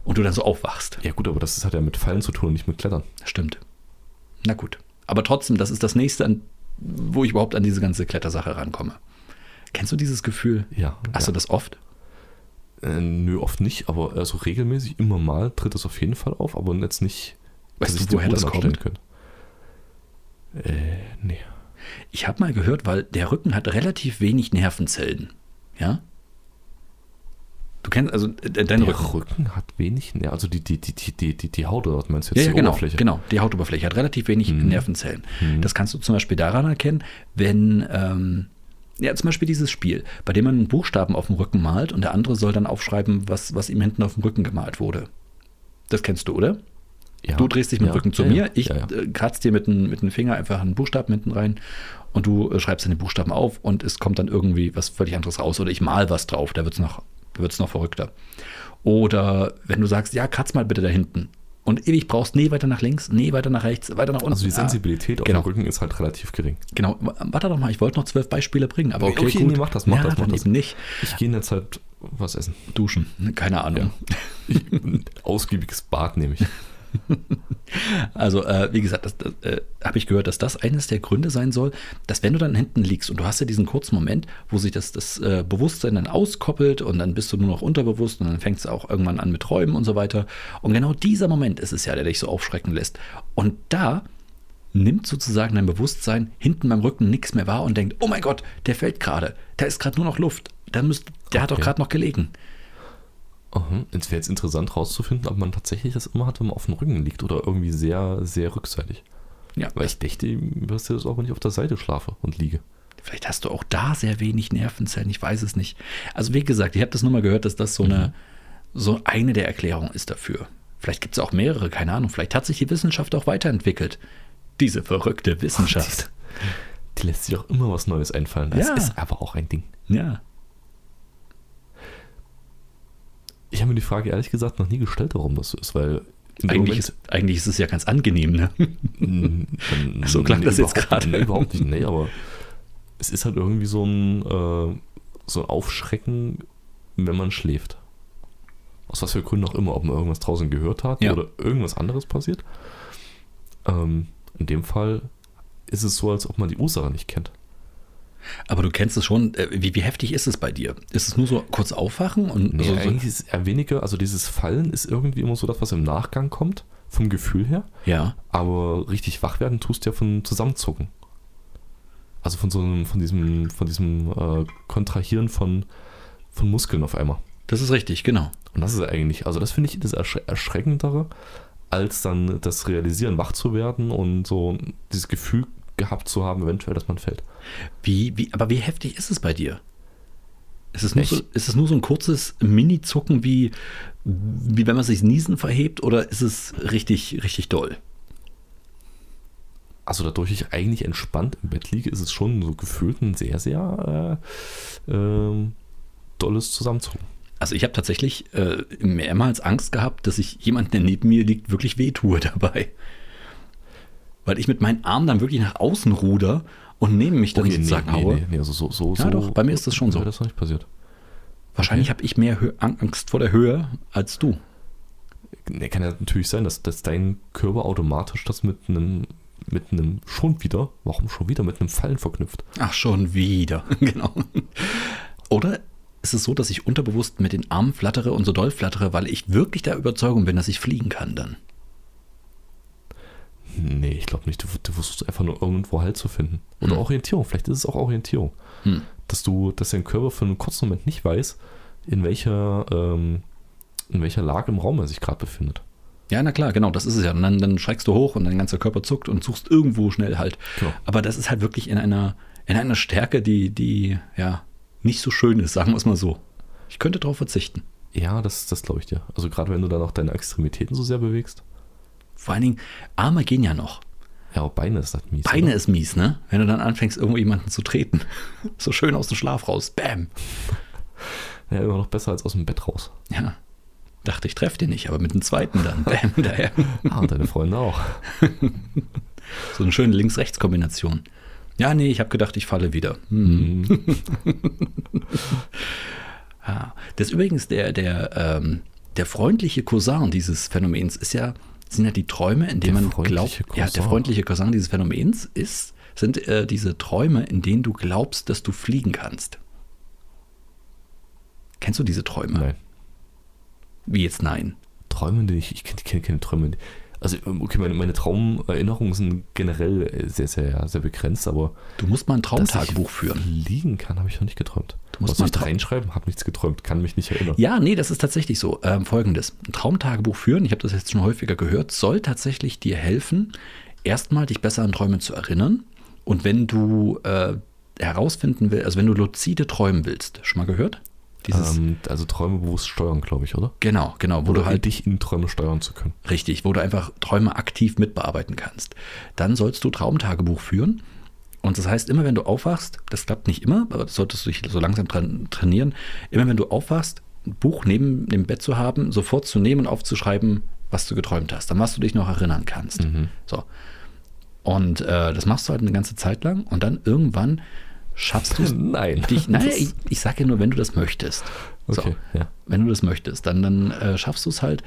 Speaker 2: Und du dann so aufwachst.
Speaker 1: Ja gut, aber das ist- hat ja mit Fallen zu tun und nicht mit Klettern.
Speaker 2: Stimmt. Na gut. Aber trotzdem, das ist das nächste, an, wo ich überhaupt an diese ganze Klettersache rankomme. Kennst du dieses Gefühl?
Speaker 1: Ja.
Speaker 2: Hast du das oft?
Speaker 1: ja. Äh, nö, oft nicht, aber also regelmäßig immer mal tritt es auf jeden Fall auf, aber jetzt nicht,
Speaker 2: Weißt
Speaker 1: dass
Speaker 2: du,
Speaker 1: ich dir
Speaker 2: woher das
Speaker 1: Boden abstellen
Speaker 2: kommt?
Speaker 1: könnte. Äh, nee.
Speaker 2: Ich habe mal gehört, weil der Rücken hat relativ wenig Nervenzellen. Ja? Du kennst also äh, deinen
Speaker 1: Der
Speaker 2: Rücken.
Speaker 1: Rücken. hat wenig, ne, also die, die, die, die, die, die, die Haut, oder was meinst du
Speaker 2: Ja,
Speaker 1: jetzt?
Speaker 2: ja,
Speaker 1: die
Speaker 2: genau,
Speaker 1: Oberfläche?
Speaker 2: genau. Die Hautoberfläche hat relativ wenig Nervenzellen. Das kannst du zum Beispiel daran erkennen, wenn, ähm, ja, zum Beispiel dieses Spiel, bei dem man einen Buchstaben auf dem Rücken malt und der andere soll dann aufschreiben, was, was ihm hinten auf dem Rücken gemalt wurde. Das kennst du, oder?
Speaker 1: Ja.
Speaker 2: Du drehst dich mit
Speaker 1: Ja.
Speaker 2: dem Rücken zu
Speaker 1: Ja,
Speaker 2: mir,
Speaker 1: ja.
Speaker 2: ich
Speaker 1: Ja, ja.
Speaker 2: äh, kratze dir mit dem, mit dem Finger einfach einen Buchstaben hinten rein und du äh, schreibst dann den Buchstaben auf und es kommt dann irgendwie was völlig anderes raus oder ich mal was drauf, da wird es noch, da wird's noch verrückter. Oder wenn du sagst, ja, kratz mal bitte da hinten und ewig brauchst, nee, weiter nach links, nee, weiter nach rechts, weiter nach unten.
Speaker 1: Also die
Speaker 2: Ah,
Speaker 1: Sensibilität auf
Speaker 2: genau.
Speaker 1: dem Rücken ist halt relativ gering.
Speaker 2: Genau, w- warte doch mal, ich wollte noch zwölf Beispiele bringen, aber
Speaker 1: Nee,
Speaker 2: okay,
Speaker 1: okay,
Speaker 2: gut.
Speaker 1: nee, mach das, mach
Speaker 2: ja,
Speaker 1: das, mach
Speaker 2: dann
Speaker 1: das.
Speaker 2: eben nicht.
Speaker 1: Ich gehe in der Zeit was essen.
Speaker 2: Duschen, ne, keine Ahnung.
Speaker 1: Ein ausgiebiges Bad nehme ich.
Speaker 2: Also, äh, wie gesagt, das, das, äh, habe ich gehört, dass das eines der Gründe sein soll, dass wenn du dann hinten liegst und du hast ja diesen kurzen Moment, wo sich das, das äh, Bewusstsein dann auskoppelt und dann bist du nur noch unterbewusst und dann fängst du auch irgendwann an mit Träumen und so weiter. Und genau dieser Moment ist es ja, der dich so aufschrecken lässt. Und da nimmt sozusagen dein Bewusstsein hinten beim Rücken nichts mehr wahr und denkt, oh mein Gott, der fällt gerade, da ist gerade nur noch Luft, da müsst, der hat doch
Speaker 1: Okay.
Speaker 2: gerade noch gelegen.
Speaker 1: Aha. Es wäre jetzt interessant rauszufinden, ob man tatsächlich das immer hat, wenn man auf dem Rücken liegt oder irgendwie sehr, sehr rückseitig.
Speaker 2: Ja,
Speaker 1: Weil ich dachte, wirst du das auch, wenn ich auf der Seite schlafe und liege.
Speaker 2: Vielleicht hast du auch da sehr wenig Nervenzellen, ich weiß es nicht. Also wie gesagt, ich habe das nur mal gehört, dass das so eine, so eine der Erklärungen ist dafür. Vielleicht gibt es auch mehrere, keine Ahnung. Vielleicht hat sich die Wissenschaft auch weiterentwickelt. Diese verrückte Wissenschaft.
Speaker 1: Die lässt sich auch immer was Neues einfallen. Das
Speaker 2: Ja.
Speaker 1: ist aber auch ein Ding.
Speaker 2: ja.
Speaker 1: Ich habe mir die Frage ehrlich gesagt noch nie gestellt, warum das so ist, weil in dem
Speaker 2: Eigentlich ist, eigentlich ist es ja ganz angenehm, ne?
Speaker 1: Moment-
Speaker 2: so klang das jetzt
Speaker 1: Hm, überhaupt-
Speaker 2: gerade.
Speaker 1: Nee, überhaupt nicht, nee, aber es ist halt irgendwie so ein, äh, so ein Aufschrecken, wenn man schläft. Aus was für Gründen auch immer, ob man irgendwas draußen gehört hat
Speaker 2: Ja.
Speaker 1: oder irgendwas anderes passiert. Ähm, in dem Fall ist es so, als ob man die Ursache nicht kennt.
Speaker 2: Aber du kennst es schon. Äh, wie, wie heftig ist es bei dir? Ist es nur so kurz aufwachen und
Speaker 1: Nee,
Speaker 2: so, so,
Speaker 1: eigentlich ist es Also eher weniger, also dieses Fallen ist irgendwie immer so das, was im Nachgang kommt, vom Gefühl her.
Speaker 2: ja?
Speaker 1: Aber richtig wach werden tust du ja von Zusammenzucken. Also von so einem, von diesem, von diesem äh, Kontrahieren von, von Muskeln auf einmal.
Speaker 2: Das ist richtig, genau.
Speaker 1: Und das ist eigentlich, also das finde ich das Erschre Erschreckendere, als dann das Realisieren, wach zu werden und so dieses Gefühl gehabt zu haben, eventuell, dass man fällt.
Speaker 2: Wie, wie, aber wie heftig ist es bei dir? Ist es nur,
Speaker 1: Ich-
Speaker 2: so, ist es nur so ein kurzes Mini-Zucken, wie, wie wenn man sich Niesen verhebt, oder ist es richtig, richtig doll?
Speaker 1: Also dadurch ich eigentlich entspannt im Bett liege, ist es schon so gefühlt ein sehr, sehr äh, ähm, dolles Zusammenzucken.
Speaker 2: Also ich habe tatsächlich äh, mehrmals Angst gehabt, dass ich jemanden, der neben mir liegt, wirklich wehtue dabei. Weil ich mit meinen Armen dann wirklich nach außen ruder und neben mich dann sozusagen haue.
Speaker 1: nee, also so, so,
Speaker 2: Ja,
Speaker 1: so
Speaker 2: doch, bei mir ist das schon so.
Speaker 1: wäre das noch nicht passiert.
Speaker 2: Wahrscheinlich habe ich mehr Hö Ang- Angst vor der Höhe als du.
Speaker 1: Nee, kann ja natürlich sein, dass, dass dein Körper automatisch das mit einem, mit einem, schon wieder, warum schon wieder, mit einem Fallen verknüpft.
Speaker 2: Ach, schon wieder. genau. Oder ist es so, dass ich unterbewusst mit den Armen flattere und so doll flattere, weil ich wirklich der Überzeugung bin, dass ich fliegen kann dann?
Speaker 1: Nee, ich glaube nicht. Du, du versuchst einfach nur irgendwo Halt zu finden. Oder
Speaker 2: Hm.
Speaker 1: Orientierung. Vielleicht ist es auch Orientierung.
Speaker 2: Hm.
Speaker 1: Dass du, dass dein Körper für einen kurzen Moment nicht weiß, in welcher, ähm, in welcher Lage im Raum er sich gerade befindet.
Speaker 2: Ja, na klar, genau, das ist es ja. Und dann, dann schreckst du hoch und dein ganzer Körper zuckt und suchst irgendwo schnell halt.
Speaker 1: Genau.
Speaker 2: Aber das ist halt wirklich in einer, in einer Stärke, die, die ja nicht so schön ist, sagen wir es mal so. Ich könnte darauf verzichten.
Speaker 1: Ja, das, das glaube ich dir. Also gerade wenn du dann auch deine Extremitäten so sehr bewegst.
Speaker 2: Vor allen Dingen, Arme gehen ja noch.
Speaker 1: Ja, aber Beine ist das mies.
Speaker 2: Beine
Speaker 1: oder?
Speaker 2: ist mies, ne? Wenn du dann anfängst, irgendwo jemanden zu treten. So schön aus dem Schlaf raus. Bam.
Speaker 1: Ja, immer noch besser als aus dem Bett raus.
Speaker 2: Ja. Dachte, ich treffe den nicht, aber mit dem zweiten dann. Bam, daher.
Speaker 1: Ah, und deine Freunde auch.
Speaker 2: So eine schöne Links-Rechts-Kombination. Ja, nee, ich habe gedacht, ich falle wieder. Hm.
Speaker 1: Mhm.
Speaker 2: Ah. Das ist übrigens der, der, ähm, der freundliche Cousin dieses Phänomens ist ja, sind ja die Träume, in denen
Speaker 1: Der
Speaker 2: man
Speaker 1: freundliche
Speaker 2: glaubt. Ja, der
Speaker 1: Cousin.
Speaker 2: freundliche Cousin dieses Phänomens ist, sind äh, diese Träume, in denen du glaubst, dass du fliegen kannst. Kennst du diese Träume?
Speaker 1: Nein.
Speaker 2: Wie jetzt nein?
Speaker 1: Träume, die ich, ich kenne kenn keine Träume. die- Also, ähm, okay, meine, meine Traumerinnerungen sind generell äh, sehr, sehr, sehr begrenzt, aber
Speaker 2: Du musst mal ein
Speaker 1: dass
Speaker 2: Traumtagebuch
Speaker 1: ich
Speaker 2: führen.
Speaker 1: Liegen kann, habe ich noch nicht geträumt.
Speaker 2: Du musst
Speaker 1: Was
Speaker 2: mal
Speaker 1: soll ich da
Speaker 2: trau-
Speaker 1: reinschreiben? Habe nichts geträumt, kann mich nicht erinnern.
Speaker 2: Ja, nee, das ist tatsächlich so. Ähm, Folgendes: Ein Traumtagebuch führen, ich habe das jetzt schon häufiger gehört, soll tatsächlich dir helfen, erstmal dich besser an Träume zu erinnern. Und wenn du äh, herausfinden willst, also wenn du luzide träumen willst, schon mal gehört? Dieses,
Speaker 1: ähm, also Träume bewusst steuern, glaube ich, oder?
Speaker 2: genau, genau, wo
Speaker 1: Oder
Speaker 2: du halt
Speaker 1: dich in Träume steuern zu können.
Speaker 2: Richtig, wo du einfach Träume aktiv mitbearbeiten kannst. Dann sollst du Traumtagebuch führen. Und das heißt, immer wenn du aufwachst, das klappt nicht immer, aber das solltest du dich so langsam dran trainieren, immer wenn du aufwachst, ein Buch neben dem Bett zu haben, sofort zu nehmen und aufzuschreiben, was du geträumt hast, an was du dich noch erinnern kannst.
Speaker 1: Mhm.
Speaker 2: So. Und äh, das machst du halt eine ganze Zeit lang und dann irgendwann schaffst du es
Speaker 1: Nein.
Speaker 2: dich. Nein,
Speaker 1: Das-
Speaker 2: ich, ich sage ja nur, wenn du das möchtest.
Speaker 1: Okay,
Speaker 2: so,
Speaker 1: ja.
Speaker 2: Wenn du das möchtest, dann, dann äh, schaffst du es halt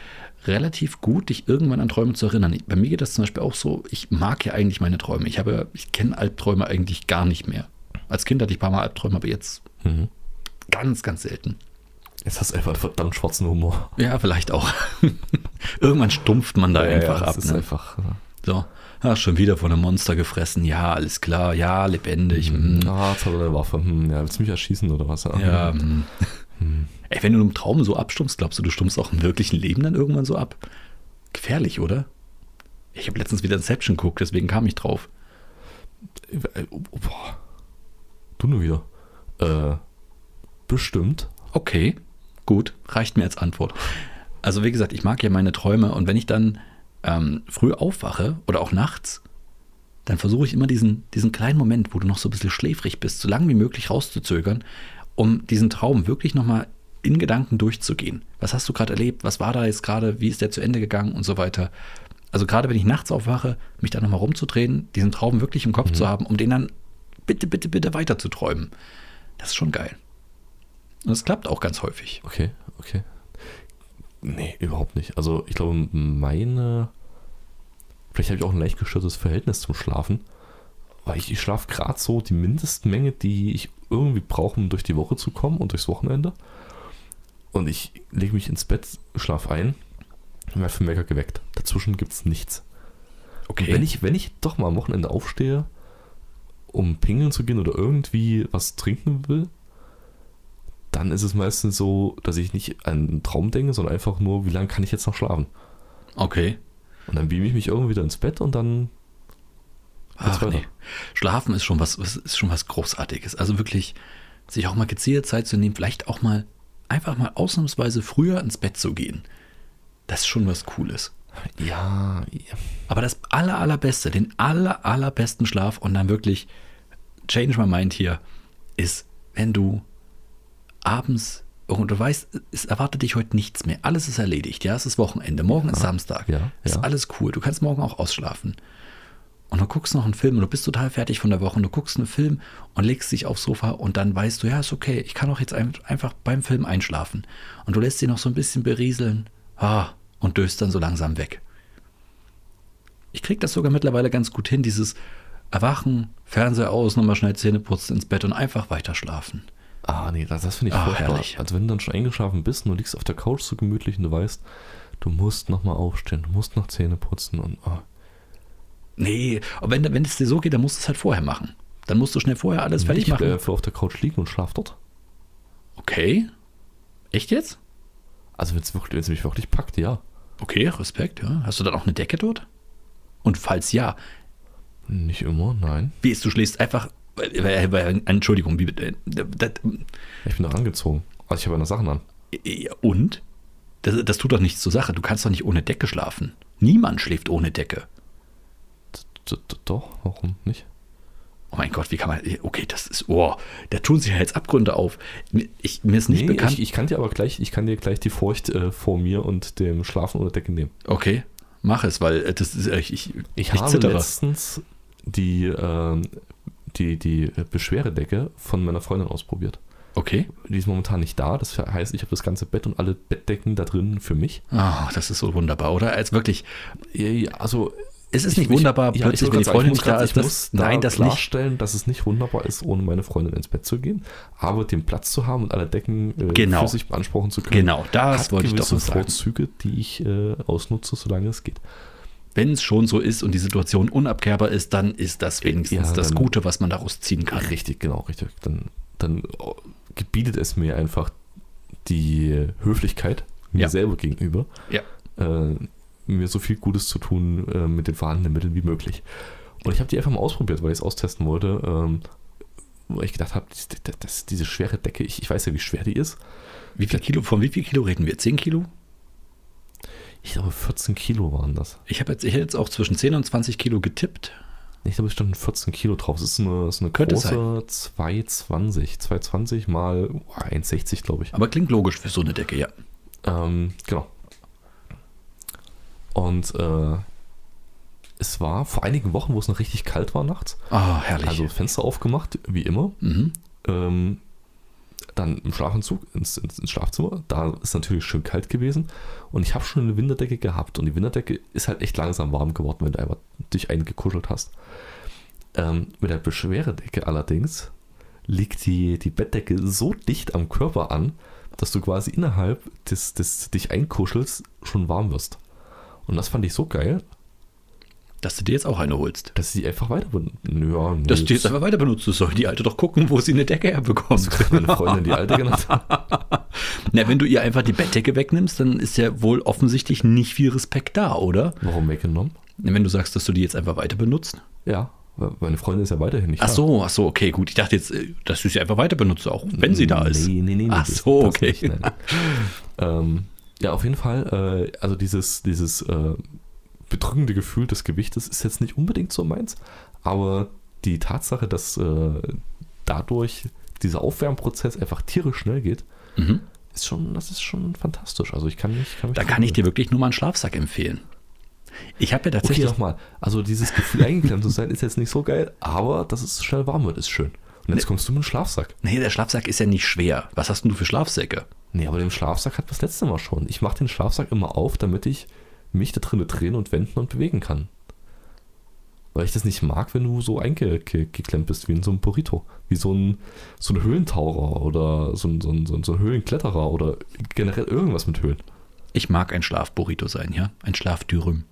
Speaker 2: relativ gut, dich irgendwann an Träume zu erinnern. Ich, bei mir geht das zum Beispiel auch so, ich mag ja eigentlich meine Träume. Ich habe ja, ich kenne Albträume eigentlich gar nicht mehr. Als Kind hatte ich ein paar Mal Albträume, aber jetzt
Speaker 1: Mhm.
Speaker 2: ganz, ganz selten.
Speaker 1: Jetzt hast du einfach einen verdammt schwarzen Humor.
Speaker 2: Ja, vielleicht auch. irgendwann stumpft man da einfach
Speaker 1: das
Speaker 2: ab.
Speaker 1: ist
Speaker 2: ne?
Speaker 1: einfach. Ja.
Speaker 2: So, ah, schon wieder von einem Monster gefressen. Ja, alles klar. Ja, lebendig. Mhm.
Speaker 1: Ah, jetzt hat er eine Waffe. Hm, ja, willst du mich erschießen oder was? Ah,
Speaker 2: Ja. hm. Ey, wenn du im Traum so abstumpfst, glaubst du, du stumpfst auch im wirklichen Leben dann irgendwann so ab? Gefährlich, oder? Ich habe letztens wieder Inception geguckt, deswegen kam ich drauf.
Speaker 1: äh, oh, oh, Boah. Du nur wieder. Äh, bestimmt.
Speaker 2: Okay, gut, reicht mir als Antwort. Also wie gesagt, ich mag ja meine Träume und wenn ich dann ähm, früh aufwache oder auch nachts, dann versuche ich immer diesen, diesen kleinen Moment, wo du noch so ein bisschen schläfrig bist, so lange wie möglich rauszuzögern, um diesen Traum wirklich nochmal in Gedanken durchzugehen. Was hast du gerade erlebt? Was war da jetzt gerade? Wie ist der zu Ende gegangen und so weiter? Also gerade wenn ich nachts aufwache, mich da nochmal rumzudrehen, diesen Traum wirklich im Kopf zu haben, um den dann bitte, bitte, bitte weiter zu träumen. Das ist schon geil. Und das klappt auch ganz häufig.
Speaker 1: Okay, okay. Nee, überhaupt nicht. Also ich glaube, meine. Vielleicht habe ich auch ein leicht gestörtes Verhältnis zum Schlafen. Weil ich, ich schlafe gerade so die Mindestmenge, die ich irgendwie brauche, um durch die Woche zu kommen und durchs Wochenende. Und ich lege mich ins Bett, schlafe ein und werde vom Wecker geweckt. Dazwischen gibt es nichts.
Speaker 2: Okay.
Speaker 1: Wenn ich, wenn ich doch mal am Wochenende aufstehe, um pingeln zu gehen oder irgendwie was trinken will, dann ist es meistens so, dass ich nicht an einen Traum denke, sondern einfach nur, wie lange kann ich jetzt noch schlafen?
Speaker 2: okay.
Speaker 1: Und dann beame ich mich irgendwie wieder ins Bett und dann.
Speaker 2: Ach,
Speaker 1: weiter.
Speaker 2: nee. Schlafen ist schon was, was- ist schon was Großartiges. Also wirklich, sich auch mal gezielt Zeit zu nehmen, vielleicht auch mal einfach mal ausnahmsweise früher ins Bett zu gehen. Das ist schon was Cooles.
Speaker 1: Ja,
Speaker 2: Aber das aller, allerbeste, den aller, allerbesten Schlaf und dann wirklich Change My Mind hier ist, wenn du abends und du weißt, es erwartet dich heute nichts mehr. Alles ist erledigt. Ja, es ist Wochenende. Morgen ist Samstag.
Speaker 1: ja,
Speaker 2: Ist
Speaker 1: ja.
Speaker 2: alles cool. Du kannst morgen auch ausschlafen. Und du guckst noch einen Film und du bist total fertig von der Woche und du guckst einen Film und legst dich aufs Sofa und dann weißt du, ja, ist okay, ich kann auch jetzt ein, einfach beim Film einschlafen. Und du lässt sie noch so ein bisschen berieseln ah, und döst dann so langsam weg. Ich krieg das sogar mittlerweile ganz gut hin, dieses Erwachen, Fernseher aus, nochmal schnell Zähne putzen, ins Bett und einfach weiter schlafen.
Speaker 1: Ah, nee, das, das finde ich
Speaker 2: Ah,
Speaker 1: furchtbar.
Speaker 2: herrlich.
Speaker 1: Also wenn du dann schon eingeschlafen bist und du liegst auf der Couch so gemütlich und du weißt, du musst nochmal aufstehen, du musst noch Zähne putzen und oh,
Speaker 2: Nee, aber wenn, wenn es dir so geht, dann musst du es halt vorher machen. Dann musst du schnell vorher alles fertig
Speaker 1: ich
Speaker 2: machen.
Speaker 1: bleibe auf der Couch liegen und schlaf dort.
Speaker 2: Okay. Echt jetzt?
Speaker 1: Also wenn es mich wirklich packt, ja.
Speaker 2: Okay, Respekt, ja. Hast du dann auch eine Decke dort? Und falls ja,
Speaker 1: Nicht immer, nein.
Speaker 2: wie ist, du schläfst einfach. äh, äh, äh, Entschuldigung, wie. äh, Das,
Speaker 1: Ich bin doch angezogen. Also ich habe meine Sachen an.
Speaker 2: äh, und? Das, das tut doch nichts zur Sache. Du kannst doch nicht ohne Decke schlafen. Niemand schläft ohne Decke.
Speaker 1: D -d Doch, warum nicht?
Speaker 2: Oh mein Gott, wie kann man. Okay, das ist. Oh, da tun sich ja jetzt Abgründe auf. Mir- Ich, mir ist nicht
Speaker 1: Nee,
Speaker 2: bekannt.
Speaker 1: Ich, ich kann dir aber gleich, ich kann dir gleich die Furcht äh, vor mir und dem Schlafen ohne Decke nehmen.
Speaker 2: okay, mach es, weil äh, das ist. äh, Ich, ich,
Speaker 1: Ich, habe letztens die, ähm, die, die äh, Beschwerdedecke von meiner Freundin ausprobiert.
Speaker 2: Okay.
Speaker 1: Die ist momentan nicht da. Das heißt, ich habe das ganze Bett und alle Bettdecken da drin für mich.
Speaker 2: Ah, das ist so wunderbar, oder? Als wirklich.
Speaker 1: Ja, ja, Also
Speaker 2: Es ist
Speaker 1: ich-
Speaker 2: nicht
Speaker 1: ich-
Speaker 2: wunderbar,
Speaker 1: ja, ich
Speaker 2: plötzlich,
Speaker 1: wollte
Speaker 2: wenn
Speaker 1: gerade
Speaker 2: die
Speaker 1: sagen,
Speaker 2: Freundin
Speaker 1: ich
Speaker 2: nicht da
Speaker 1: muss
Speaker 2: ist.
Speaker 1: gerade- ich
Speaker 2: Das,
Speaker 1: muss da
Speaker 2: nein, das nicht.
Speaker 1: klarstellen, dass es nicht wunderbar ist, ohne meine Freundin ins Bett zu gehen, aber den Platz zu haben und alle Decken äh,
Speaker 2: Genau.
Speaker 1: für sich beanspruchen zu können.
Speaker 2: Genau, das
Speaker 1: hat
Speaker 2: wollte ich doch
Speaker 1: gewisse
Speaker 2: so sagen.
Speaker 1: Vorzüge, die ich äh, ausnutze, solange es geht.
Speaker 2: Wenn es schon so ist und die Situation unabkehrbar ist, dann ist das wenigstens
Speaker 1: Ja,
Speaker 2: das
Speaker 1: dann-
Speaker 2: Gute, was man daraus ziehen kann.
Speaker 1: Richtig, genau, richtig. Dann, dann oh, gebietet es mir einfach die Höflichkeit mir
Speaker 2: Ja.
Speaker 1: selber gegenüber,
Speaker 2: Ja.
Speaker 1: äh, mir so viel Gutes zu tun äh, mit den vorhandenen Mitteln wie möglich. Und ich habe die einfach mal ausprobiert, weil ich es austesten wollte, ähm, wo ich gedacht habe, das, das, das, diese schwere Decke, ich, ich weiß ja, wie schwer die ist.
Speaker 2: Wie viel Kilo, von wie viel Kilo reden wir? 10 Kilo?
Speaker 1: Ich glaube, 14 Kilo waren das.
Speaker 2: Ich habe jetzt, ich hätte jetzt auch zwischen 10 und 20 Kilo getippt.
Speaker 1: Ich glaube, es standen 14 Kilo drauf. Es ist eine, es ist eine
Speaker 2: Könnte
Speaker 1: große 220. 220 mal oh, 1,60, glaube ich.
Speaker 2: Aber klingt logisch für so eine Decke, ja.
Speaker 1: Ähm, genau. Und äh, es war vor einigen Wochen, wo es noch richtig kalt war nachts.
Speaker 2: Ah, herrlich.
Speaker 1: Also Fenster aufgemacht, wie immer.
Speaker 2: mhm.
Speaker 1: Ähm, dann im Schlafanzug ins, ins, ins Schlafzimmer. Da ist natürlich schön kalt gewesen. Und ich habe schon eine Winterdecke gehabt. Und die Winterdecke ist halt echt langsam warm geworden, wenn du einmal dich eingekuschelt hast. Ähm, mit der Beschwerdecke allerdings liegt die, die Bettdecke so dicht am Körper an, dass du quasi innerhalb des, des dich einkuschelst schon warm wirst. Und das fand ich so geil,
Speaker 2: Dass du dir jetzt auch eine holst.
Speaker 1: dass sie einfach weiter. ben- Ja, nee,
Speaker 2: Dass du jetzt einfach weiter benutzt. Das soll die Alte doch gucken, wo sie eine Decke herbekommt.
Speaker 1: meine Freundin die alte genannt.
Speaker 2: Na, wenn du ihr einfach die Bettdecke wegnimmst, dann ist ja wohl offensichtlich nicht viel Respekt da, oder?
Speaker 1: Warum weggenommen?
Speaker 2: Wenn du sagst, dass du die jetzt einfach weiter benutzt.
Speaker 1: Ja, weil meine Freundin ist ja weiterhin nicht
Speaker 2: Ach
Speaker 1: da.
Speaker 2: so, ach so, okay, gut. Ich dachte jetzt, äh, dass du sie einfach weiter benutzt, auch wenn sie da ist.
Speaker 1: Nee, nee, nee. nee,
Speaker 2: Ach
Speaker 1: das-
Speaker 2: so,
Speaker 1: das
Speaker 2: okay.
Speaker 1: nicht, nein. ähm, ja, auf jeden Fall, äh, also dieses, dieses äh, bedrückende Gefühl des Gewichtes ist jetzt nicht unbedingt so meins, aber die Tatsache, dass äh, dadurch dieser Aufwärmprozess einfach tierisch schnell geht,
Speaker 2: Mhm.
Speaker 1: ist schon, das ist schon fantastisch. Also ich kann nicht, kann mich
Speaker 2: Da kann ich dir wirklich nur mal einen Schlafsack empfehlen. Ich habe ja
Speaker 1: Okay,
Speaker 2: tatsächlich.
Speaker 1: nochmal. Also dieses Gefühl eingeklemmt zu sein ist jetzt nicht so geil, aber dass es schnell warm wird, ist schön. Und jetzt kommst du mit dem Schlafsack.
Speaker 2: nee, der Schlafsack ist ja nicht schwer. Was hast denn du für Schlafsäcke?
Speaker 1: Nee, aber den Schlafsack hat das letzte Mal schon. Ich mache den Schlafsack immer auf, damit ich mich da drinnen drehen und wenden und bewegen kann. Weil ich das nicht mag, wenn du so eingeklemmt bist, wie in so einem Burrito. Wie so ein, so ein Höhlentaucher oder so ein, so, ein, so, ein, so ein Höhlenkletterer oder generell irgendwas mit Höhlen.
Speaker 2: Ich mag ein Schlafburrito sein, ja? Ein Schlafdürüm.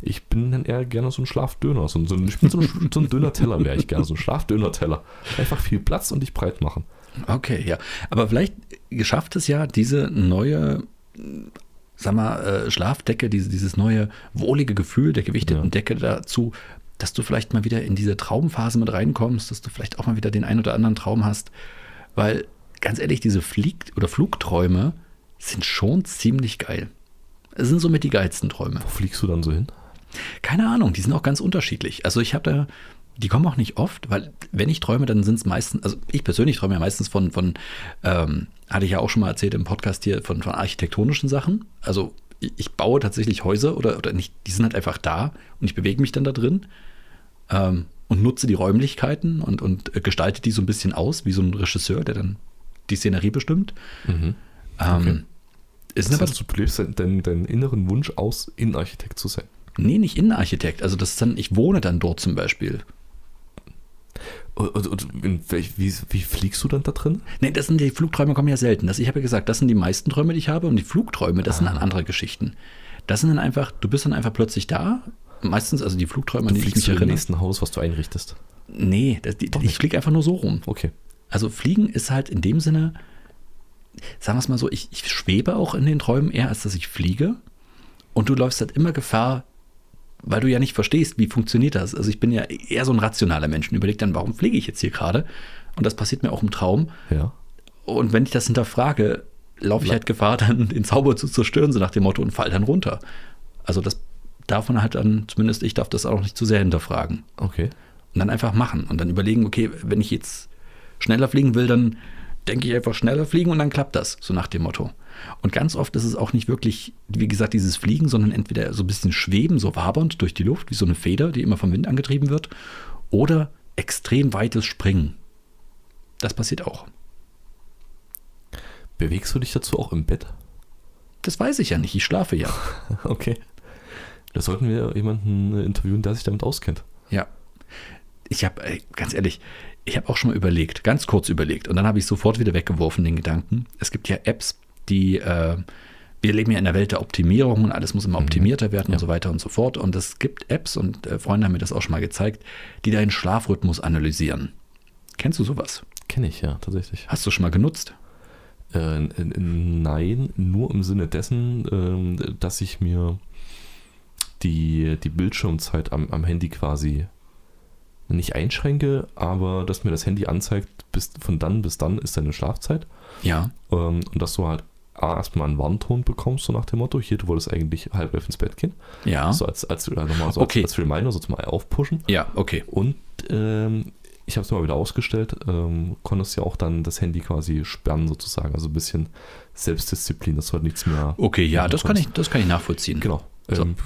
Speaker 1: Ich bin dann eher gerne so ein Schlafdöner. So ein, so ein, ich bin so ein, so ein Döner-Teller wäre ich gerne. So ein Schlafdöner-Teller. Einfach viel Platz und dich breit machen.
Speaker 2: Okay, ja. Aber vielleicht geschafft es ja diese neue, mh, sag mal, äh, Schlafdecke, diese, dieses neue wohlige Gefühl der gewichteten
Speaker 1: Ja.
Speaker 2: Decke dazu, dass du vielleicht mal wieder in diese Traumphase mit reinkommst, dass du vielleicht auch mal wieder den einen oder anderen Traum hast. Weil, ganz ehrlich, diese Flieg- oder Flugträume sind schon ziemlich geil. Es sind somit die geilsten Träume.
Speaker 1: Wo fliegst du dann so hin?
Speaker 2: Keine Ahnung, die sind auch ganz unterschiedlich. Also ich habe da, die kommen auch nicht oft, weil wenn ich träume, dann sind es meistens, also ich persönlich träume ja meistens von, von ähm, hatte ich ja auch schon mal erzählt im Podcast hier, von, von architektonischen Sachen. Also ich, ich baue tatsächlich Häuser oder, oder nicht, die sind halt einfach da und ich bewege mich dann da drin ähm, und nutze die Räumlichkeiten und, und äh, gestalte die so ein bisschen aus, wie so ein Regisseur, der dann die Szenerie bestimmt. Ähm, es sind
Speaker 1: Mhm. Das
Speaker 2: aber
Speaker 1: heißt, Also, du lebst deinen, deinen inneren Wunsch aus, Innenarchitekt zu sein.
Speaker 2: nee, nicht Innenarchitekt. Also das ist dann, ich wohne dann dort zum Beispiel.
Speaker 1: Und, und, und in welch, wie, wie fliegst du dann da drin?
Speaker 2: Nee, das sind die Flugträume kommen ja selten. Das, ich habe ja gesagt, das sind die meisten Träume, die ich habe. Und die Flugträume, das sind
Speaker 1: Ah.
Speaker 2: dann andere Geschichten. Das sind dann einfach, du bist dann einfach plötzlich da. Meistens, also die Flugträume, an die ich mich
Speaker 1: du im
Speaker 2: erinnere.
Speaker 1: nächsten Haus, was du einrichtest.
Speaker 2: Nee, das, die, ich
Speaker 1: nicht.
Speaker 2: fliege einfach nur so rum.
Speaker 1: Okay.
Speaker 2: Also fliegen ist halt in dem Sinne, sagen wir es mal so, ich, ich schwebe auch in den Träumen eher, als dass ich fliege. Und du läufst halt immer Gefahr, weil du ja nicht verstehst, wie funktioniert das. Also ich bin ja eher so ein rationaler Mensch und überlege dann, warum fliege ich jetzt hier gerade? Und das passiert mir auch im Traum.
Speaker 1: Ja.
Speaker 2: Und wenn ich das hinterfrage, laufe ich halt Gefahr, dann den Zauber zu zerstören, so nach dem Motto, und fall dann runter. Also das darf man halt dann, zumindest ich darf das auch nicht zu sehr hinterfragen.
Speaker 1: Okay.
Speaker 2: Und dann einfach machen und dann überlegen, okay, wenn ich jetzt schneller fliegen will, dann denke ich einfach schneller fliegen und dann klappt das, so nach dem Motto. Und ganz oft ist es auch nicht wirklich, wie gesagt, dieses Fliegen, sondern entweder so ein bisschen schweben, so wabernd durch die Luft, wie so eine Feder, die immer vom Wind angetrieben wird, oder extrem weites Springen. Das passiert auch.
Speaker 1: Bewegst du dich dazu auch im Bett?
Speaker 2: Das weiß ich ja nicht, ich schlafe ja.
Speaker 1: Okay. Da sollten wir jemanden äh, interviewen, der sich damit auskennt.
Speaker 2: Ja. Ich habe, ganz ehrlich, ich habe auch schon mal überlegt, ganz kurz überlegt. Und dann habe ich sofort wieder weggeworfen, den Gedanken. Es gibt ja Apps, die, äh, wir leben ja in der Welt der Optimierung und alles muss immer optimierter werden und so weiter und so fort. Und es gibt Apps, und äh, Freunde haben mir das auch schon mal gezeigt, die deinen Schlafrhythmus analysieren. Kennst du sowas?
Speaker 1: Kenne ich ja, tatsächlich.
Speaker 2: Hast du schon mal genutzt?
Speaker 1: Äh, n- n- nein, nur im Sinne dessen, ähm, dass ich mir die, die Bildschirmzeit am, am Handy quasi nicht einschränke, aber dass mir das Handy anzeigt, bis, von dann bis dann ist deine Schlafzeit.
Speaker 2: Ja.
Speaker 1: Ähm, und dass du halt A, erstmal einen Warnton bekommst, so nach dem Motto, hier, du wolltest eigentlich halb elf ins Bett gehen.
Speaker 2: Ja.
Speaker 1: So als, als, äh, nochmal so
Speaker 2: Ah. Okay.
Speaker 1: als, als Reminder, so zum Aufpushen.
Speaker 2: Ja, okay.
Speaker 1: Und ähm, ich habe es mal wieder ausgestellt, ähm, konntest ja auch dann das Handy quasi sperren sozusagen. Also ein bisschen Selbstdisziplin, dass du halt nichts mehr.
Speaker 2: Okay, ja, das kann ich, das kann ich nachvollziehen.
Speaker 1: Genau.
Speaker 2: So.
Speaker 1: Ähm,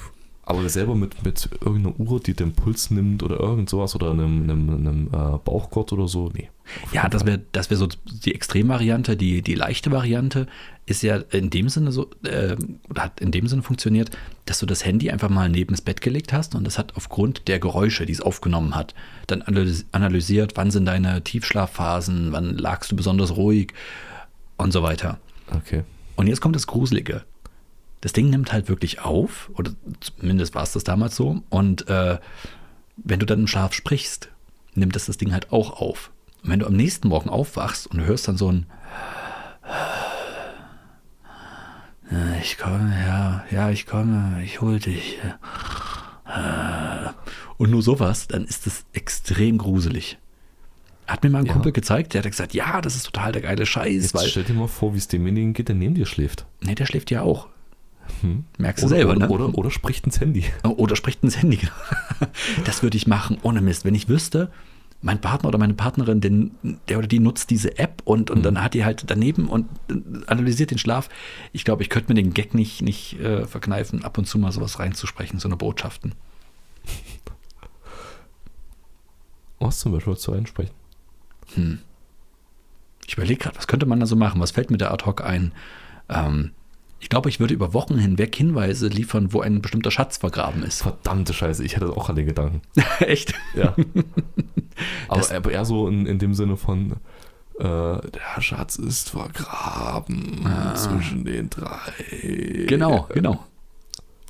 Speaker 1: aber selber mit, mit irgendeiner Uhr, die den Puls nimmt oder irgend sowas oder einem, einem, einem äh, Bauchgott oder so, nee.
Speaker 2: Ja, das wäre das wär so die Extremvariante, die, die leichte Variante ist ja in dem Sinne so, äh, oder hat in dem Sinne funktioniert, dass du das Handy einfach mal neben das Bett gelegt hast und das hat aufgrund der Geräusche, die es aufgenommen hat, dann analys- analysiert, wann sind deine Tiefschlafphasen, wann lagst du besonders ruhig und so weiter.
Speaker 1: Okay.
Speaker 2: Und jetzt kommt das Gruselige. Das Ding nimmt halt wirklich auf, oder zumindest war es das damals so, und äh, wenn du dann im Schlaf sprichst, nimmt das das Ding halt auch auf. Und wenn du am nächsten Morgen aufwachst und hörst dann so ein "Äh, Ich komme, ja, ja, ich komme, ich hol dich. äh, Und nur sowas, dann ist das extrem gruselig. Hat mir mal ein
Speaker 1: Ja.
Speaker 2: Kumpel gezeigt, der hat gesagt, ja, das ist total der geile Scheiß.
Speaker 1: Jetzt stell dir mal vor, wie es demjenigen geht, der neben dir schläft.
Speaker 2: Nee, der schläft ja auch.
Speaker 1: Hm?
Speaker 2: Merkst du
Speaker 1: Oder,
Speaker 2: selber,
Speaker 1: oder,
Speaker 2: ne?
Speaker 1: oder, oder spricht ins Handy.
Speaker 2: Oh, Oder spricht ins Handy. Das würde ich machen, ohne Mist. Wenn ich wüsste, mein Partner oder meine Partnerin, den, der oder die nutzt diese App und,
Speaker 1: Hm.
Speaker 2: und dann hat die halt daneben und äh, analysiert den Schlaf. Ich glaube, ich könnte mir den Gag nicht, nicht äh, verkneifen, ab und zu mal sowas reinzusprechen, so eine Botschaften.
Speaker 1: Was Oh, zum Beispiel zu einsprechen.
Speaker 2: Ich überlege gerade, was könnte man da so machen? Was fällt mir da ad hoc ein? Ähm, ich glaube, ich würde über Wochen hinweg Hinweise liefern, wo ein bestimmter Schatz vergraben ist.
Speaker 1: Verdammte Scheiße, ich hatte auch an den Gedanken.
Speaker 2: Echt?
Speaker 1: Ja.
Speaker 2: Das-
Speaker 1: aber, aber eher so in, in dem Sinne von, äh, der Schatz ist vergraben zwischen den drei.
Speaker 2: Genau, genau.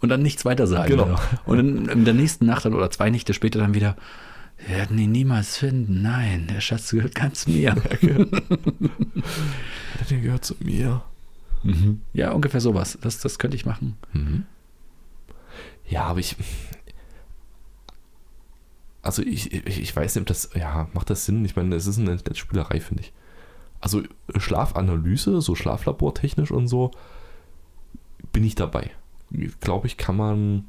Speaker 2: Und dann nichts weiter sagen.
Speaker 1: Genau.
Speaker 2: Und in, in der nächsten Nacht dann oder zwei Nächte später dann wieder, wir werden ihn niemals finden. Nein, der Schatz gehört ganz mir.
Speaker 1: Der gehört zu mir. Mhm.
Speaker 2: ja, ungefähr sowas. Das, das könnte ich machen.
Speaker 1: Ja, aber ich. Also ich, ich, ich weiß nicht, ob das. Ja, macht das Sinn? Ich meine, es ist eine nette Spielerei, finde ich. Also Schlafanalyse, so schlaflabortechnisch und so, bin ich dabei. Glaube ich, kann man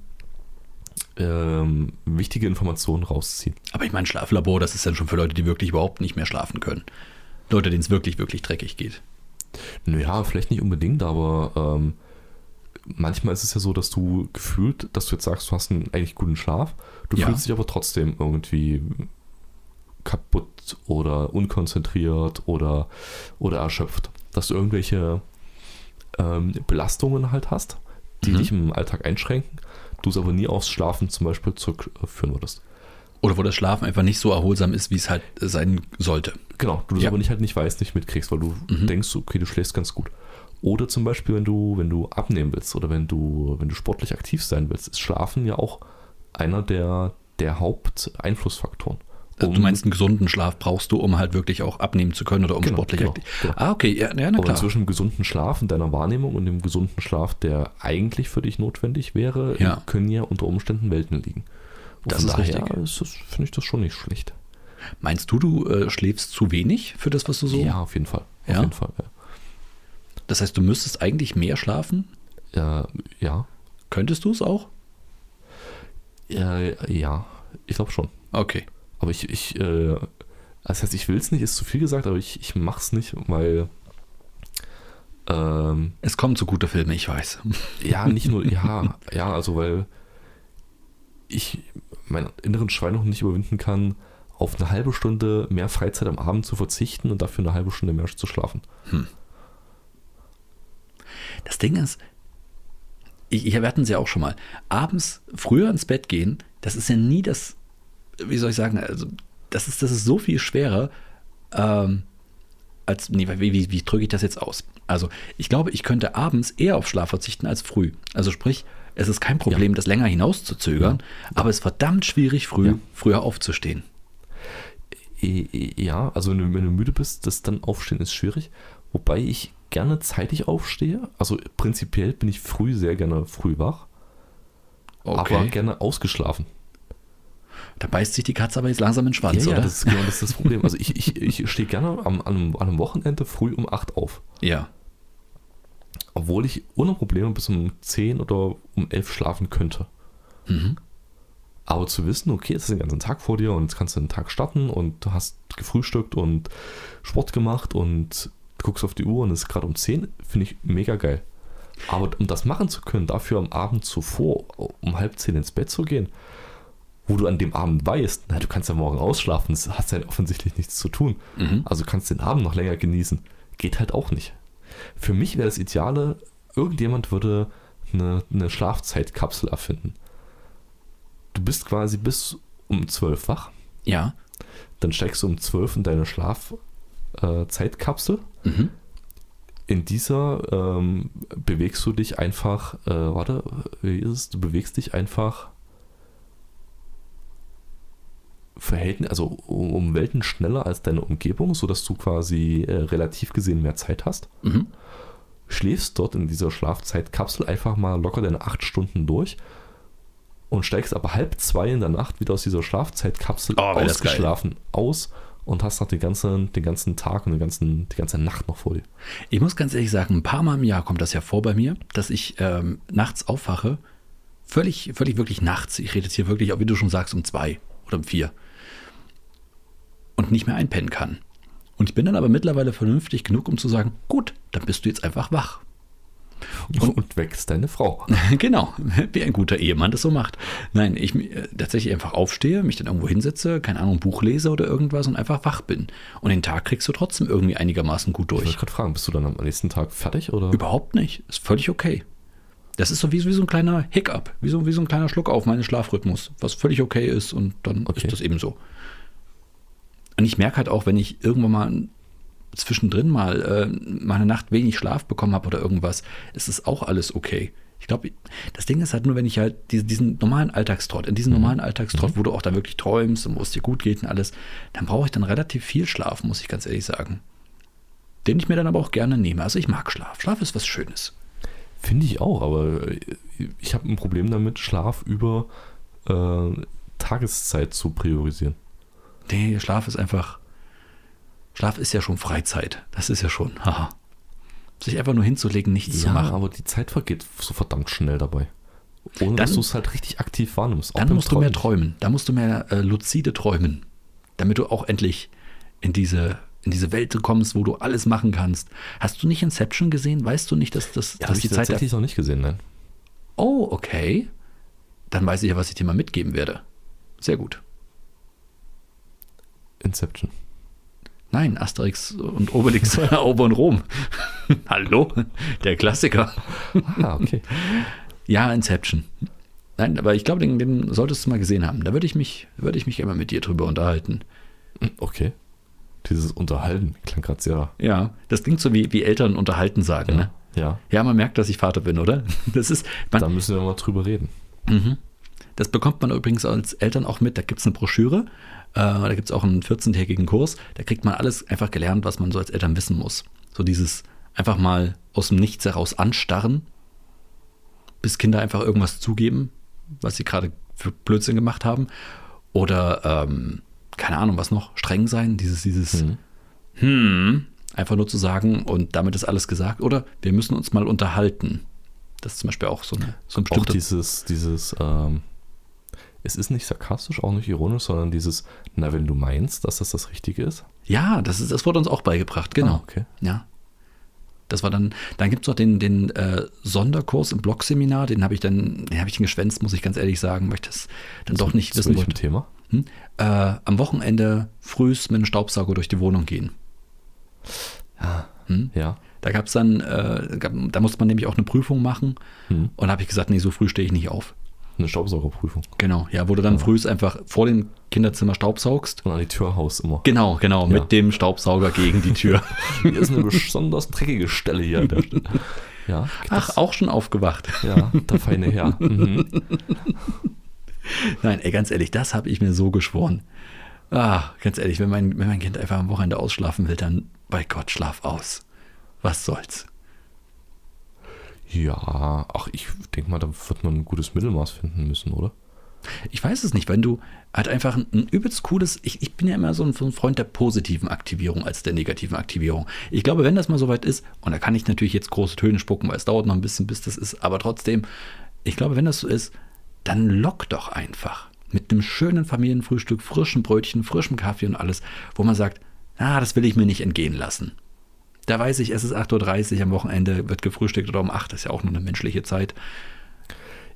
Speaker 1: ähm, wichtige Informationen rausziehen.
Speaker 2: Aber ich meine, Schlaflabor, das ist dann schon für Leute, die wirklich überhaupt nicht mehr schlafen können. Leute, denen es wirklich, wirklich dreckig geht.
Speaker 1: Naja, vielleicht nicht unbedingt, aber ähm, manchmal ist es ja so, dass du gefühlt, dass du jetzt sagst, du hast einen eigentlich guten Schlaf, du
Speaker 2: Ja.
Speaker 1: fühlst dich aber trotzdem irgendwie kaputt oder unkonzentriert oder, oder erschöpft. Dass du irgendwelche ähm, Belastungen halt hast, die
Speaker 2: Mhm.
Speaker 1: dich im Alltag einschränken, du es aber nie aufs Schlafen zum Beispiel zurückführen würdest.
Speaker 2: Oder wo das Schlafen einfach nicht so erholsam ist, wie es halt sein sollte.
Speaker 1: Genau, du das
Speaker 2: Ja. Mhm.
Speaker 1: aber nicht halt nicht weißt, nicht mitkriegst, weil du denkst, okay, du schläfst ganz gut. Oder zum Beispiel, wenn du, wenn du abnehmen willst oder wenn du, wenn du sportlich aktiv sein willst, ist Schlafen ja auch einer der, der Haupteinflussfaktoren.
Speaker 2: Also
Speaker 1: Um
Speaker 2: du meinst, einen gesunden Schlaf brauchst du, um halt wirklich auch abnehmen zu können oder um
Speaker 1: Genau,
Speaker 2: sportlich
Speaker 1: genau,
Speaker 2: aktiv.
Speaker 1: genau.
Speaker 2: Ah, okay, ja, ja na
Speaker 1: aber
Speaker 2: klar.
Speaker 1: zwischen dem gesunden Schlaf in deiner Wahrnehmung und dem gesunden Schlaf, der eigentlich für dich notwendig wäre,
Speaker 2: Ja.
Speaker 1: können ja unter Umständen Welten liegen. Und
Speaker 2: Das
Speaker 1: von
Speaker 2: ist
Speaker 1: daher
Speaker 2: richtig.
Speaker 1: ist das- finde ich das schon nicht schlecht.
Speaker 2: Meinst du, du äh, schläfst zu wenig für das, was du so
Speaker 1: Ja, auf jeden Fall. Auf
Speaker 2: Ja?
Speaker 1: jeden Fall.
Speaker 2: Das heißt, du müsstest eigentlich mehr schlafen?
Speaker 1: Ja. Äh, ja.
Speaker 2: Könntest du es auch?
Speaker 1: Äh, ja. Ich glaube schon.
Speaker 2: Okay.
Speaker 1: Aber ich, ich, äh, das heißt, ich will es nicht, ist zu viel gesagt, aber ich, ich mach's nicht, weil, ähm,
Speaker 2: Es kommen zu gute Filme, ich weiß.
Speaker 1: ja, nicht nur, ja, ja, also weil ich meinen inneren Schweinehund nicht überwinden kann, auf eine halbe Stunde mehr Freizeit am Abend zu verzichten und dafür eine halbe Stunde mehr zu schlafen.
Speaker 2: Das Ding ist, ich, ich, wir hatten es ja auch schon mal. Abends früher ins Bett gehen, das ist ja nie das, wie soll ich sagen, also das ist, das ist so viel schwerer, ähm, als, nee, wie, wie, wie drücke ich das jetzt aus? Also, ich glaube, ich könnte abends eher auf Schlaf verzichten als früh. Also, sprich, es ist kein Problem, das länger hinauszuzögern, aber es ist verdammt schwierig, früh,
Speaker 1: Ja.
Speaker 2: früher aufzustehen.
Speaker 1: Eh, eh, Ja, also wenn du, wenn du müde bist, das dann aufstehen ist schwierig. Wobei ich gerne zeitig aufstehe. Also prinzipiell bin ich früh sehr gerne früh wach, aber gerne ausgeschlafen.
Speaker 2: Da beißt sich die Katze aber jetzt langsam in den Schwanz,
Speaker 1: ja,
Speaker 2: oder?
Speaker 1: ja, das ist genau das, ist das Problem. Also ich, ich, ich stehe gerne am, an, einem, an einem Wochenende früh um 8 auf.
Speaker 2: ja.
Speaker 1: Obwohl ich ohne Probleme bis um 10 oder um 11 schlafen könnte.
Speaker 2: Mhm.
Speaker 1: Aber zu wissen, okay, es ist den ganzen Tag vor dir und jetzt kannst du den Tag starten und du hast gefrühstückt und Sport gemacht und guckst auf die Uhr und es ist gerade um 10, finde ich mega geil. Aber um das machen zu können, dafür am Abend zuvor um halb 10 ins Bett zu gehen, wo du an dem Abend weißt, na, du kannst ja morgen ausschlafen, das hat ja offensichtlich nichts zu tun.
Speaker 2: Mhm.
Speaker 1: Also kannst den Abend noch länger genießen. Geht halt auch nicht. Für mich wäre das Ideale, irgendjemand würde eine, eine Schlafzeitkapsel erfinden. Du bist quasi bis um 12 wach,
Speaker 2: Ja.
Speaker 1: dann steigst du um 12 in deine Schlafzeitkapsel. Äh, Zeitkapsel.
Speaker 2: Mhm.
Speaker 1: in dieser ähm, bewegst du dich einfach, äh, warte, wie ist es? Du bewegst dich einfach Verhältnis, also um, um Welten schneller als deine Umgebung, sodass du quasi äh, relativ gesehen mehr Zeit hast.
Speaker 2: Mhm.
Speaker 1: Schläfst dort in dieser Schlafzeitkapsel einfach mal locker deine acht Stunden durch und steigst aber halb zwei in der Nacht wieder aus dieser Schlafzeitkapsel
Speaker 2: Oh, wär das geil.
Speaker 1: ausgeschlafen aus und hast noch den ganzen, den ganzen Tag und den ganzen, die ganze Nacht noch vor dir.
Speaker 2: Ich muss ganz ehrlich sagen, ein paar Mal im Jahr kommt das ja vor bei mir, dass ich ähm, nachts aufwache. Völlig, völlig, wirklich nachts. Ich rede jetzt hier wirklich, auch wie du schon sagst, um zwei oder um vier. Und nicht mehr einpennen kann. Und ich bin dann aber mittlerweile vernünftig genug, um zu sagen, gut, dann bist du jetzt einfach wach.
Speaker 1: Und, und wächst deine Frau.
Speaker 2: genau, wie ein guter Ehemann das so macht. Nein, ich äh, tatsächlich einfach aufstehe, mich dann irgendwo hinsetze, keine Ahnung, Buch lese oder irgendwas und einfach wach bin. Und den Tag kriegst du trotzdem irgendwie einigermaßen gut
Speaker 1: Ich
Speaker 2: durch.
Speaker 1: wollte gerade fragen, bist du dann am nächsten Tag fertig oder?
Speaker 2: Überhaupt nicht. Ist völlig okay. Das ist so wie, wie so ein kleiner Hiccup, wie so, wie so ein kleiner Schluck auf meinen Schlafrhythmus, was völlig okay ist und dann
Speaker 1: Okay.
Speaker 2: ist das eben so. Und ich merke halt auch, wenn ich irgendwann mal zwischendrin mal äh, meine Nacht wenig Schlaf bekommen habe oder irgendwas, ist es auch alles okay. Ich glaube, das Ding ist halt nur, wenn ich halt diese, diesen normalen Alltagstrott, in diesen normalen Alltagstrott, wo du auch dann wirklich träumst und wo es dir gut geht und alles, dann brauche ich dann relativ viel Schlaf, muss ich ganz ehrlich sagen. Den ich mir dann aber auch gerne nehme. Also ich mag Schlaf. Schlaf ist was Schönes.
Speaker 1: Finde ich auch, aber äh, ich habe ein Problem damit, Schlaf über äh, Tageszeit zu priorisieren.
Speaker 2: Nee, Schlaf ist einfach. Schlaf ist ja schon Freizeit. Das ist ja schon. Haha. Sich einfach nur hinzulegen, nichts zu machen.
Speaker 1: aber die Zeit vergeht so verdammt schnell dabei. Ohne
Speaker 2: Dann-
Speaker 1: dass du es halt richtig aktiv wahrnimmst. auch
Speaker 2: Dann
Speaker 1: beim
Speaker 2: musst du mehr
Speaker 1: Träumen.
Speaker 2: träumen. Dann musst du mehr äh, luzide träumen. Damit du auch endlich in diese, in diese Welt kommst, wo du alles machen kannst. Hast du nicht Inception gesehen? Weißt du nicht, dass, dass,
Speaker 1: Ja,
Speaker 2: dass
Speaker 1: habe
Speaker 2: die
Speaker 1: ich
Speaker 2: Zeit.
Speaker 1: tatsächlich noch nicht gesehen, nein.
Speaker 2: Oh, okay. Dann weiß ich ja, was ich dir mal mitgeben werde. Sehr gut.
Speaker 1: Inception.
Speaker 2: Nein, Asterix und Obelix erobern Rom. Hallo, der Klassiker.
Speaker 1: Ah, okay.
Speaker 2: Ja, Inception. Nein, aber ich glaube, den, den solltest du mal gesehen haben. Da würde ich mich, würde ich mich immer mit dir drüber unterhalten.
Speaker 1: okay. Dieses Unterhalten klang gerade sehr.
Speaker 2: Ja, das klingt so wie, wie Eltern unterhalten sagen. Ne?
Speaker 1: Ja,
Speaker 2: Ja, man merkt, dass ich Vater bin, oder? Das ist,
Speaker 1: da
Speaker 2: man,
Speaker 1: müssen wir mal drüber reden.
Speaker 2: das bekommt man übrigens als Eltern auch mit. Da gibt es eine Broschüre, äh, da gibt es auch einen 14-tägigen Kurs. Da kriegt man alles einfach gelernt, was man so als Eltern wissen muss. So dieses einfach mal aus dem Nichts heraus anstarren, bis Kinder einfach irgendwas zugeben, was sie gerade für Blödsinn gemacht haben. Oder, ähm, keine Ahnung, was noch, streng sein, dieses, dieses,
Speaker 1: Mhm.
Speaker 2: hm, einfach nur zu sagen und damit ist alles gesagt. Oder wir müssen uns mal unterhalten. Das ist zum Beispiel auch so, eine, so ein
Speaker 1: Auch
Speaker 2: bestimmter
Speaker 1: dieses, dieses, ähm, es ist nicht sarkastisch, auch nicht ironisch, sondern dieses, na, wenn du meinst, dass das das Richtige ist.
Speaker 2: Ja, das, ist, das wurde uns auch beigebracht, genau.
Speaker 1: Ah, okay.
Speaker 2: Ja. Das war dann, dann gibt es noch den, den äh, Sonderkurs im Blogseminar, den habe ich dann, den habe ich geschwänzt, muss ich ganz ehrlich sagen, weil ich das dann doch nicht
Speaker 1: Zu
Speaker 2: wissen
Speaker 1: welchem
Speaker 2: wollte.
Speaker 1: Thema?
Speaker 2: Hm? Äh, am Wochenende frühs mit dem Staubsauger durch die Wohnung gehen.
Speaker 1: Ja.
Speaker 2: Da gab es dann, äh, gab, da musste man nämlich auch eine Prüfung machen
Speaker 1: Hm.
Speaker 2: und habe ich gesagt, nee, so früh stehe ich nicht auf.
Speaker 1: Eine Staubsaugerprüfung.
Speaker 2: Genau, ja, wo du dann
Speaker 1: Ah.
Speaker 2: frühs einfach vor dem Kinderzimmer staubsaugst.
Speaker 1: Und an die Tür haust immer.
Speaker 2: Genau, genau,
Speaker 1: Ja.
Speaker 2: mit dem Staubsauger gegen die Tür.
Speaker 1: Hier ist eine besonders dreckige Stelle hier an der Stelle. Ja,
Speaker 2: Ach, auch schon aufgewacht.
Speaker 1: ja, der feine Herr. Mhm.
Speaker 2: Nein, ey, ganz ehrlich, das habe ich mir so geschworen. Ah, ganz ehrlich, wenn mein, wenn mein Kind einfach am Wochenende ausschlafen will, dann bei Gott, schlaf aus. Was soll's?
Speaker 1: Ja, ach, ich denke mal, da wird man ein gutes Mittelmaß finden müssen, oder?
Speaker 2: Ich weiß es nicht, wenn du halt einfach ein, ein übelst cooles, ich, ich bin ja immer so ein, so ein Freund der positiven Aktivierung als der negativen Aktivierung. Ich glaube, wenn das mal soweit ist, und da kann ich natürlich jetzt große Töne spucken, weil es dauert noch ein bisschen, bis das ist, aber trotzdem, ich glaube, wenn das so ist, dann lock doch einfach mit einem schönen Familienfrühstück, frischen Brötchen, frischem Kaffee und alles, wo man sagt, ah, das will ich mir nicht entgehen lassen. Da weiß ich, es ist 8.30 Uhr am Wochenende, wird gefrühstückt oder um 8, das ist ja auch nur eine menschliche Zeit.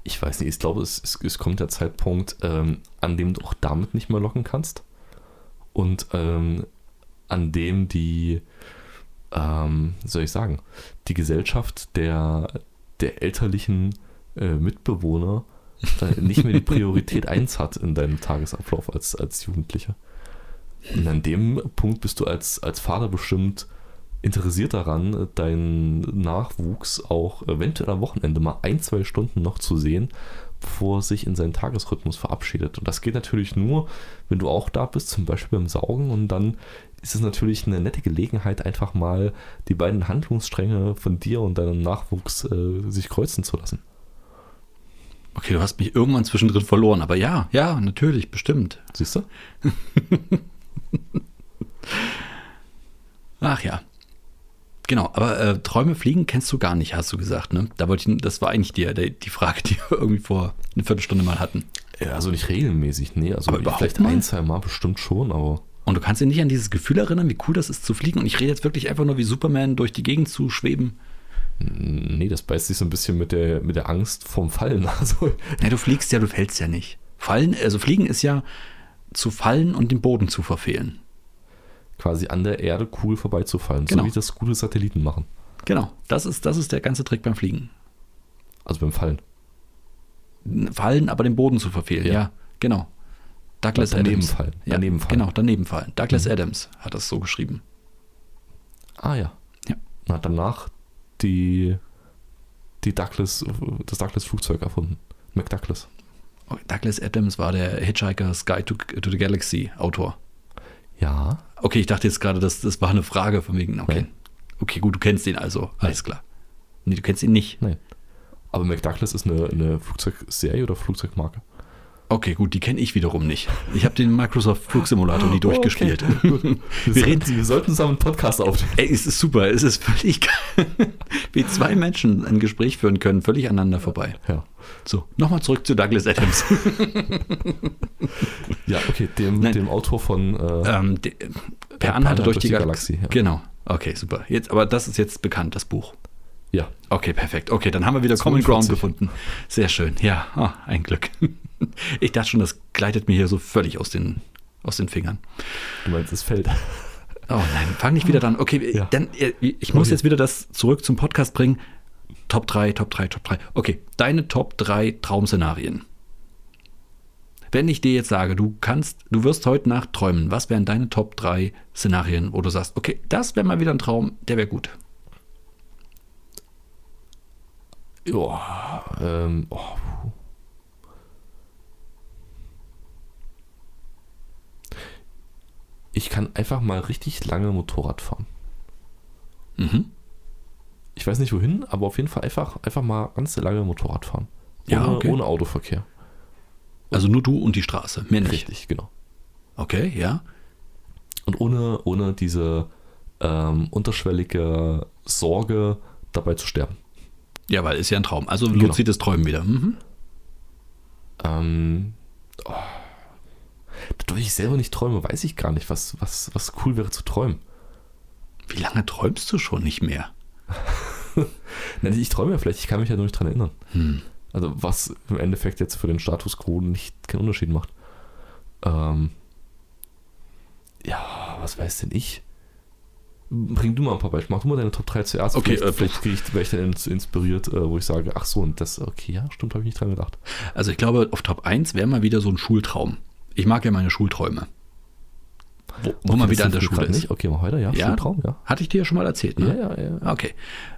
Speaker 1: Ich weiß nicht, ich glaube, es, es, es kommt der Zeitpunkt, ähm, an dem du auch damit nicht mehr locken kannst. Und ähm, an dem die, ähm, wie soll ich sagen, die Gesellschaft der, der elterlichen äh, Mitbewohner äh, nicht mehr die Priorität 1 hat in deinem Tagesablauf als, als Jugendlicher. Und an dem Punkt bist du als, als Vater bestimmt interessiert daran, deinen Nachwuchs auch eventuell am Wochenende mal ein, zwei Stunden noch zu sehen, bevor er sich in seinen Tagesrhythmus verabschiedet. Und das geht natürlich nur, wenn du auch da bist, zum Beispiel beim Saugen. Und dann ist es natürlich eine nette Gelegenheit, einfach mal die beiden Handlungsstränge von dir und deinem Nachwuchs äh, sich kreuzen zu lassen.
Speaker 2: Okay, du hast mich irgendwann zwischendrin verloren, aber ja, ja, natürlich, bestimmt.
Speaker 1: Siehst du?
Speaker 2: Ach ja. Genau, aber äh, Träume fliegen kennst du gar nicht, hast du gesagt, ne? Da wollte ich, das war eigentlich die, äh, die, die Frage, die wir irgendwie vor eine Viertelstunde mal hatten.
Speaker 1: Ja, also nicht regelmäßig, nee. Also
Speaker 2: Aber überhaupt
Speaker 1: vielleicht
Speaker 2: mal?
Speaker 1: ein, zwei Mal bestimmt schon, aber.
Speaker 2: Und du kannst dich nicht an dieses Gefühl erinnern, wie cool das ist zu fliegen. Und ich rede jetzt wirklich einfach nur wie Superman durch die Gegend zu schweben.
Speaker 1: Nee, das beißt sich so ein bisschen mit der, mit der Angst vorm Fallen. Also,
Speaker 2: Ja, du fliegst ja, du fällst ja nicht. Fallen, also fliegen ist ja zu fallen und den Boden zu verfehlen.
Speaker 1: quasi an der Erde cool vorbeizufallen,
Speaker 2: Genau.
Speaker 1: so wie das gute Satelliten machen.
Speaker 2: Genau, das ist, das ist der ganze Trick beim Fliegen.
Speaker 1: Also beim Fallen.
Speaker 2: Fallen, aber den Boden zu verfehlen. Ja,
Speaker 1: Ja.
Speaker 2: genau. Douglas
Speaker 1: Daneben
Speaker 2: Adams.
Speaker 1: fallen,
Speaker 2: Ja,
Speaker 1: daneben fallen.
Speaker 2: Genau, daneben fallen. Douglas Adams hat das so geschrieben.
Speaker 1: Ah ja.
Speaker 2: Ja.
Speaker 1: Na, danach die, die Douglas, das Douglas-Flugzeug erfunden. McDouglas.
Speaker 2: Okay, Douglas Adams war der Hitchhiker's Guide to, to the Galaxy Autor.
Speaker 1: Ja.
Speaker 2: Okay, ich dachte jetzt gerade, das, das war eine Frage von wegen. Okay.
Speaker 1: Nein.
Speaker 2: okay, gut, du kennst ihn also. Alles klar. Nee, du kennst ihn nicht.
Speaker 1: Nein. Aber McDouglas ist eine, eine Flugzeugserie oder Flugzeugmarke?
Speaker 2: Okay, gut, die kenne ich wiederum nicht. Ich habe den Microsoft Flugsimulator nie durchgespielt.
Speaker 1: Oh, Wir,
Speaker 2: reden-
Speaker 1: reden, wir sollten zusammen einen Podcast aufnehmen.
Speaker 2: Ey, es ist super, es ist völlig geil, wie zwei Menschen ein Gespräch führen können, völlig aneinander vorbei.
Speaker 1: Ja.
Speaker 2: So, nochmal zurück zu Douglas Adams.
Speaker 1: Ja, okay, dem,
Speaker 2: Nein.
Speaker 1: dem Autor von. Äh,
Speaker 2: ähm, de, per Anhalter durch die Galaxie.
Speaker 1: ja.
Speaker 2: Genau. Okay, super. Jetzt, aber das ist jetzt bekannt, das Buch.
Speaker 1: ja.
Speaker 2: Okay, perfekt. Okay, dann haben wir wieder Common Ground
Speaker 1: 42.
Speaker 2: gefunden. Sehr schön. Ja, ah, ein Glück. Ich dachte schon, das gleitet mir hier so völlig aus den, aus den Fingern.
Speaker 1: Du meinst, es fällt.
Speaker 2: Oh nein, fang nicht wieder dran. Okay,
Speaker 1: Ja.
Speaker 2: dann, äh, ich muss
Speaker 1: Okay.
Speaker 2: jetzt wieder das zurück zum Podcast bringen. Top 3, Top 3, Top 3. Okay, deine Top 3 Traumszenarien. Wenn ich dir jetzt sage, du kannst, du wirst heute Nacht träumen, was wären deine Top 3 Szenarien, wo du sagst, okay, das wäre mal wieder ein Traum, der wäre gut.
Speaker 1: Ja, ähm, oh, puh. Ich kann einfach mal richtig lange Motorrad fahren.
Speaker 2: Mhm.
Speaker 1: Ich weiß nicht wohin, aber auf jeden Fall einfach, einfach mal ganz lange Motorrad fahren. Ohne,
Speaker 2: Ja, okay.
Speaker 1: ohne Autoverkehr.
Speaker 2: Also nur du und die Straße, mehr nicht.
Speaker 1: Richtig, genau.
Speaker 2: Okay, ja.
Speaker 1: Und ohne, ohne diese ähm, unterschwellige Sorge, dabei zu sterben.
Speaker 2: Ja, weil ist ja ein Traum. Also
Speaker 1: Genau.
Speaker 2: luzides Träumen wieder. Mhm.
Speaker 1: Ähm, oh. Dadurch ich selber nicht träume, weiß ich gar nicht, was, was, was cool wäre zu träumen.
Speaker 2: Wie lange träumst du schon nicht mehr?
Speaker 1: Na, Ich träume ja vielleicht, ich kann mich ja nur nicht dran erinnern.
Speaker 2: Hm.
Speaker 1: Also was im Endeffekt jetzt für den Status quo nicht keinen Unterschied macht. Ähm, ja, was weiß denn ich? Bring du mal ein paar Beispiele. Mach du mal deine Top 3 zuerst.
Speaker 2: Okay,
Speaker 1: vielleicht,
Speaker 2: äh,
Speaker 1: vielleicht krieg ich, wäre ich dann ins- inspiriert, äh, wo ich sage, ach so, und das, okay, ja, stimmt, habe ich nicht dran gedacht.
Speaker 2: Also ich glaube, auf Top 1 wäre mal wieder so ein Schultraum. Ich mag ja meine Schulträume. Wo, wo man
Speaker 1: Okay,
Speaker 2: wieder
Speaker 1: das
Speaker 2: an der
Speaker 1: hilft mir
Speaker 2: Schule
Speaker 1: grad
Speaker 2: ist.
Speaker 1: Nicht. Okay, mal heute, ja,
Speaker 2: Ja.
Speaker 1: ja. Traum, ja.
Speaker 2: Hatte ich dir ja schon mal erzählt, ne?
Speaker 1: Ja, ja, ja.
Speaker 2: Okay.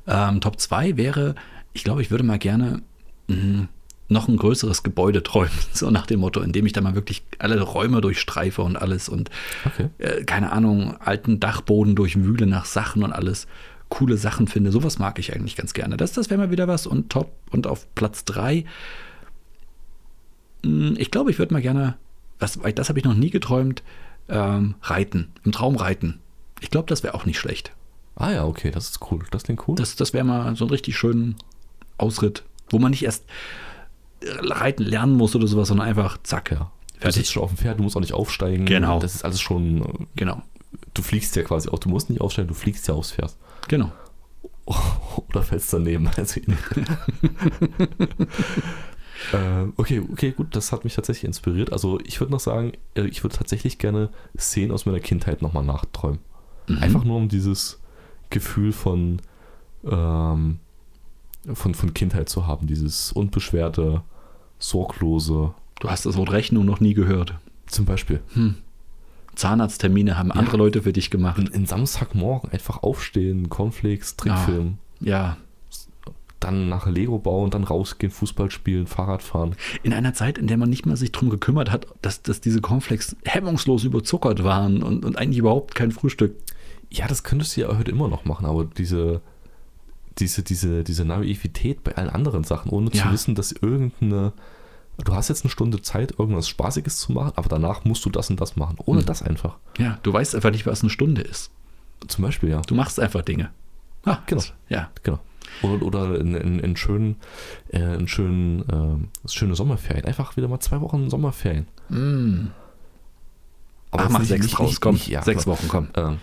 Speaker 2: Ähm, Top 2 wäre, ich glaube, ich würde mal gerne mh, noch ein größeres Gebäude träumen, so nach dem Motto, indem ich da mal wirklich alle Räume durchstreife und alles und
Speaker 1: Okay.
Speaker 2: äh, keine Ahnung, alten Dachboden durchwühle nach Sachen und alles, coole Sachen finde. Sowas mag ich eigentlich ganz gerne. Das, das wäre mal wieder was und top. Und auf Platz 3 mh, Hm, ich glaube, ich würde mal gerne, was, das habe ich noch nie geträumt, ähm, reiten, im Traum reiten. Ich glaube, das wäre auch nicht schlecht.
Speaker 1: Ah ja, okay, das ist cool. Das klingt cool.
Speaker 2: Das, das wäre mal so ein richtig schönen Ausritt, wo man nicht erst äh, reiten lernen muss oder sowas, sondern einfach zack,
Speaker 1: ja. Du
Speaker 2: fertig.
Speaker 1: sitzt schon auf dem Pferd, du musst auch nicht aufsteigen.
Speaker 2: Genau.
Speaker 1: Das ist alles schon. äh,
Speaker 2: Genau,
Speaker 1: Du fliegst ja quasi auch. Du musst nicht aufsteigen, du fliegst ja aufs Pferd.
Speaker 2: genau.
Speaker 1: Oder fällst daneben. Also, Ähm, okay, okay, gut, das hat mich tatsächlich inspiriert. Also ich würde noch sagen, äh, ich würde tatsächlich gerne Szenen aus meiner Kindheit nochmal nachträumen.
Speaker 2: Mhm.
Speaker 1: Einfach nur um dieses Gefühl von, ähm, von, von Kindheit zu haben, dieses unbeschwerte, sorglose,
Speaker 2: Du hast das Wort Rechnung noch nie gehört.
Speaker 1: zum Beispiel
Speaker 2: Zahnarzttermine haben andere Leute für dich gemacht.
Speaker 1: in, in Samstagmorgen einfach aufstehen, Cornflakes, Trickfilm,
Speaker 2: Ja,
Speaker 1: dann nach Lego bauen, dann rausgehen, Fußball spielen, Fahrrad fahren.
Speaker 2: in einer Zeit, in der man nicht mal sich drum gekümmert hat, dass, dass diese Cornflakes hemmungslos überzuckert waren und, und eigentlich überhaupt kein Frühstück.
Speaker 1: Ja, das könntest du ja heute immer noch machen, aber diese, diese, diese, diese Naivität bei allen anderen Sachen, ohne
Speaker 2: Ja.
Speaker 1: zu wissen, dass irgendeine. Du hast jetzt eine Stunde Zeit, irgendwas Spaßiges zu machen, aber danach musst du das und das machen. Ohne
Speaker 2: Mhm.
Speaker 1: das einfach.
Speaker 2: Ja, du weißt einfach nicht, was eine Stunde ist.
Speaker 1: Zum Beispiel, ja.
Speaker 2: Du machst einfach Dinge. Ah,
Speaker 1: Genau.
Speaker 2: das- Ja,
Speaker 1: Genau. Oder, oder einen, einen, einen schönen, äh, einen schönen, ähm, schöne Sommerferien. Einfach wieder mal zwei Wochen Sommerferien.
Speaker 2: Mm.
Speaker 1: Aber
Speaker 2: Ach,
Speaker 1: jetzt
Speaker 2: mach
Speaker 1: nicht-
Speaker 2: sechs
Speaker 1: nicht-
Speaker 2: draus,
Speaker 1: nicht-
Speaker 2: komm.
Speaker 1: nicht- ja,
Speaker 2: sechs
Speaker 1: genau.
Speaker 2: Wochen, komm.
Speaker 1: Ähm,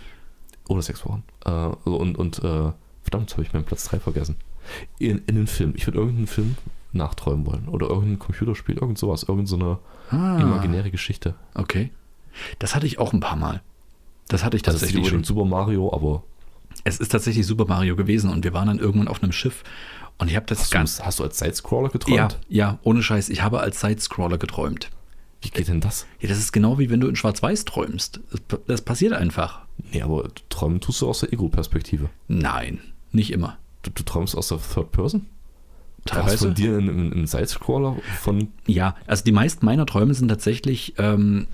Speaker 1: oder sechs Wochen. Äh, und und äh, verdammt, jetzt habe ich meinen Platz 3 vergessen. In, in den Film. Ich würde irgendeinen Film nachträumen wollen. Oder irgendein Computerspiel, irgend sowas. Irgend so eine
Speaker 2: Ah,
Speaker 1: imaginäre Geschichte.
Speaker 2: Okay. Das hatte ich auch ein paar Mal. Das hatte ich
Speaker 1: Also es ist
Speaker 2: tatsächlich
Speaker 1: nicht
Speaker 2: schon.
Speaker 1: unbedingt Super Mario, aber
Speaker 2: Es ist tatsächlich Super Mario gewesen und wir waren dann irgendwann auf einem Schiff und ich habe das
Speaker 1: hast
Speaker 2: ganz.
Speaker 1: du, hast du als Sidescroller geträumt?
Speaker 2: Ja, ja, ohne Scheiß. Ich habe als Sidescroller geträumt.
Speaker 1: Wie geht denn das?
Speaker 2: Ja, das ist genau wie wenn du in Schwarz-Weiß träumst. Das, pa- das passiert einfach.
Speaker 1: Nee, aber träumen tust du aus der Ego-Perspektive.
Speaker 2: Nein, nicht immer.
Speaker 1: Du, du träumst aus der Third Person? Du hast
Speaker 2: Teilweise.
Speaker 1: von dir einen- einen einen Sidescroller von
Speaker 2: Ja, also die meisten meiner Träume sind tatsächlich, ähm,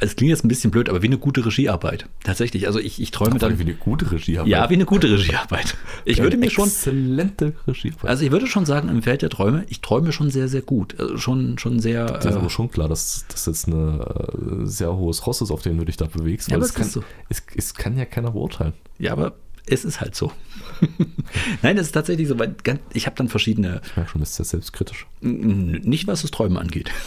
Speaker 2: es klingt jetzt ein bisschen blöd, aber wie eine gute Regiearbeit. Tatsächlich. Also ich, ich träume dann.
Speaker 1: wie eine gute Regie haben.
Speaker 2: Ja, wie eine gute Regiearbeit. Ich würde mir schon,
Speaker 1: Exzellente Regie. Also,
Speaker 2: also ich würde schon sagen, im Feld der Träume, ich träume schon sehr, sehr gut. Also schon, schon sehr.
Speaker 1: Das ist
Speaker 2: äh,
Speaker 1: aber schon klar, dass das jetzt ein sehr hohes Ross ist, auf dem du dich da bewegst.
Speaker 2: Ja,
Speaker 1: Weil
Speaker 2: aber
Speaker 1: es,
Speaker 2: es
Speaker 1: kann,
Speaker 2: ist so.
Speaker 1: es, es kann ja keiner beurteilen.
Speaker 2: Ja, aber es ist halt so. Nein, das ist tatsächlich so, weil ganz, ich habe dann verschiedene,
Speaker 1: Ich merke schon, du bist sehr selbstkritisch.
Speaker 2: n- n- nicht was das Träumen angeht.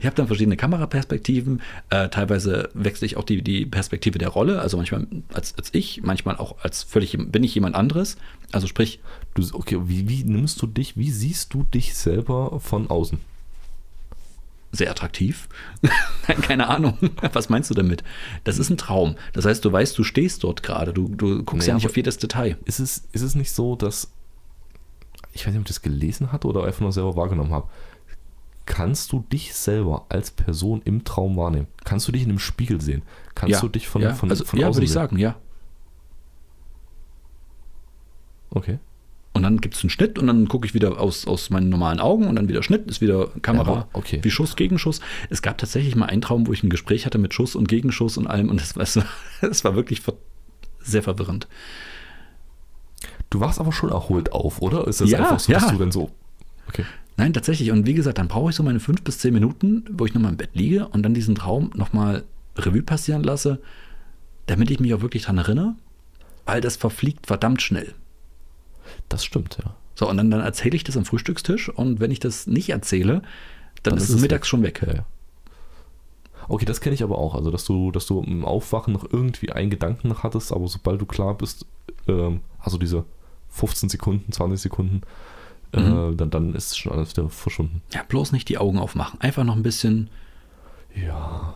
Speaker 2: Ich habe dann verschiedene Kameraperspektiven. Äh, teilweise wechsle ich auch die, die Perspektive der Rolle. Also manchmal als, als ich, manchmal auch als völlig bin ich jemand anderes. Also sprich,
Speaker 1: Du, okay, wie, wie nimmst du dich, wie siehst du dich selber von außen?
Speaker 2: sehr attraktiv. Nein, Keine Ahnung. Was meinst du damit? Das ist ein Traum. Das heißt, du weißt, du stehst dort gerade. Du, du guckst
Speaker 1: Nee,
Speaker 2: ja nicht
Speaker 1: aber-
Speaker 2: auf jedes Detail.
Speaker 1: Ist es, ist es nicht so, dass, ich weiß nicht, ob ich das gelesen hatte oder einfach nur selber wahrgenommen habe, kannst du dich selber als Person im Traum wahrnehmen? Kannst du dich in einem Spiegel sehen? Kannst du dich von,
Speaker 2: ja,
Speaker 1: von,
Speaker 2: also,
Speaker 1: von
Speaker 2: ja, würde ich
Speaker 1: sehen?
Speaker 2: sagen, ja.
Speaker 1: Okay.
Speaker 2: Und dann gibt es einen Schnitt und dann gucke ich wieder aus, aus meinen normalen Augen und dann wieder Schnitt, ist wieder Kamera,
Speaker 1: Ja, okay.
Speaker 2: wie Schuss, Gegenschuss. Es gab tatsächlich mal einen Traum, wo ich ein Gespräch hatte mit Schuss und Gegenschuss und allem und es war, es war, es war wirklich ver sehr verwirrend.
Speaker 1: Du wachst aber schon erholt auf, oder? Ist das
Speaker 2: Ja,
Speaker 1: einfach so, dass
Speaker 2: ja.
Speaker 1: du dann so. Okay.
Speaker 2: Nein, tatsächlich. Und wie gesagt, dann brauche ich so meine fünf bis zehn Minuten, wo ich nochmal im Bett liege und dann diesen Traum nochmal Revue passieren lasse, damit ich mich auch wirklich dran erinnere, weil das verfliegt verdammt schnell.
Speaker 1: Das stimmt, ja.
Speaker 2: So, und dann, dann erzähle ich das am Frühstückstisch und wenn ich das nicht erzähle, dann, ist es mittags
Speaker 1: weg.
Speaker 2: schon weg.
Speaker 1: Ja, ja. Okay, das kenne ich aber auch. Also, dass du, dass du im Aufwachen noch irgendwie einen Gedanken noch hattest, aber sobald du klar bist, ähm, also diese 15 Sekunden, 20 Sekunden, äh, dann, dann ist schon alles wieder verschwunden.
Speaker 2: Ja, bloß nicht die Augen aufmachen. Einfach noch ein bisschen.
Speaker 1: Ja.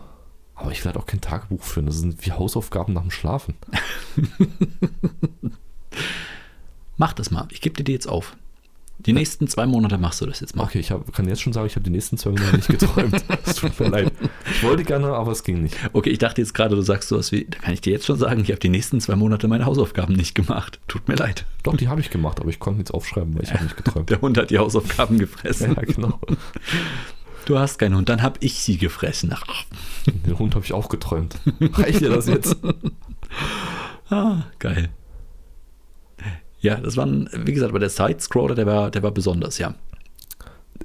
Speaker 1: Aber ich werde auch kein Tagebuch führen. Das sind wie Hausaufgaben nach dem Schlafen.
Speaker 2: Mach das mal. Ich gebe dir die jetzt auf. Die nächsten zwei Monate machst du das jetzt mal.
Speaker 1: Okay, ich hab, kann jetzt schon sagen, ich habe die nächsten zwei Minuten nicht geträumt. Es tut mir leid. Ich wollte gerne, aber es ging nicht.
Speaker 2: Okay, ich dachte jetzt gerade, du sagst sowas wie, da kann ich dir jetzt schon sagen, ich habe die nächsten zwei Monate meine Hausaufgaben nicht gemacht. Tut mir leid.
Speaker 1: Doch, die habe ich gemacht, aber ich konnte nichts aufschreiben, weil ich habe nicht geträumt.
Speaker 2: Der Hund hat die Hausaufgaben gefressen.
Speaker 1: genau.
Speaker 2: Du hast keinen Hund, dann habe ich sie gefressen. Ach,
Speaker 1: Den Hund habe ich auch geträumt. Reicht dir das jetzt?
Speaker 2: ah, geil. Ja, das waren, wie gesagt, aber der Side-Scroller, der war, der war besonders, ja.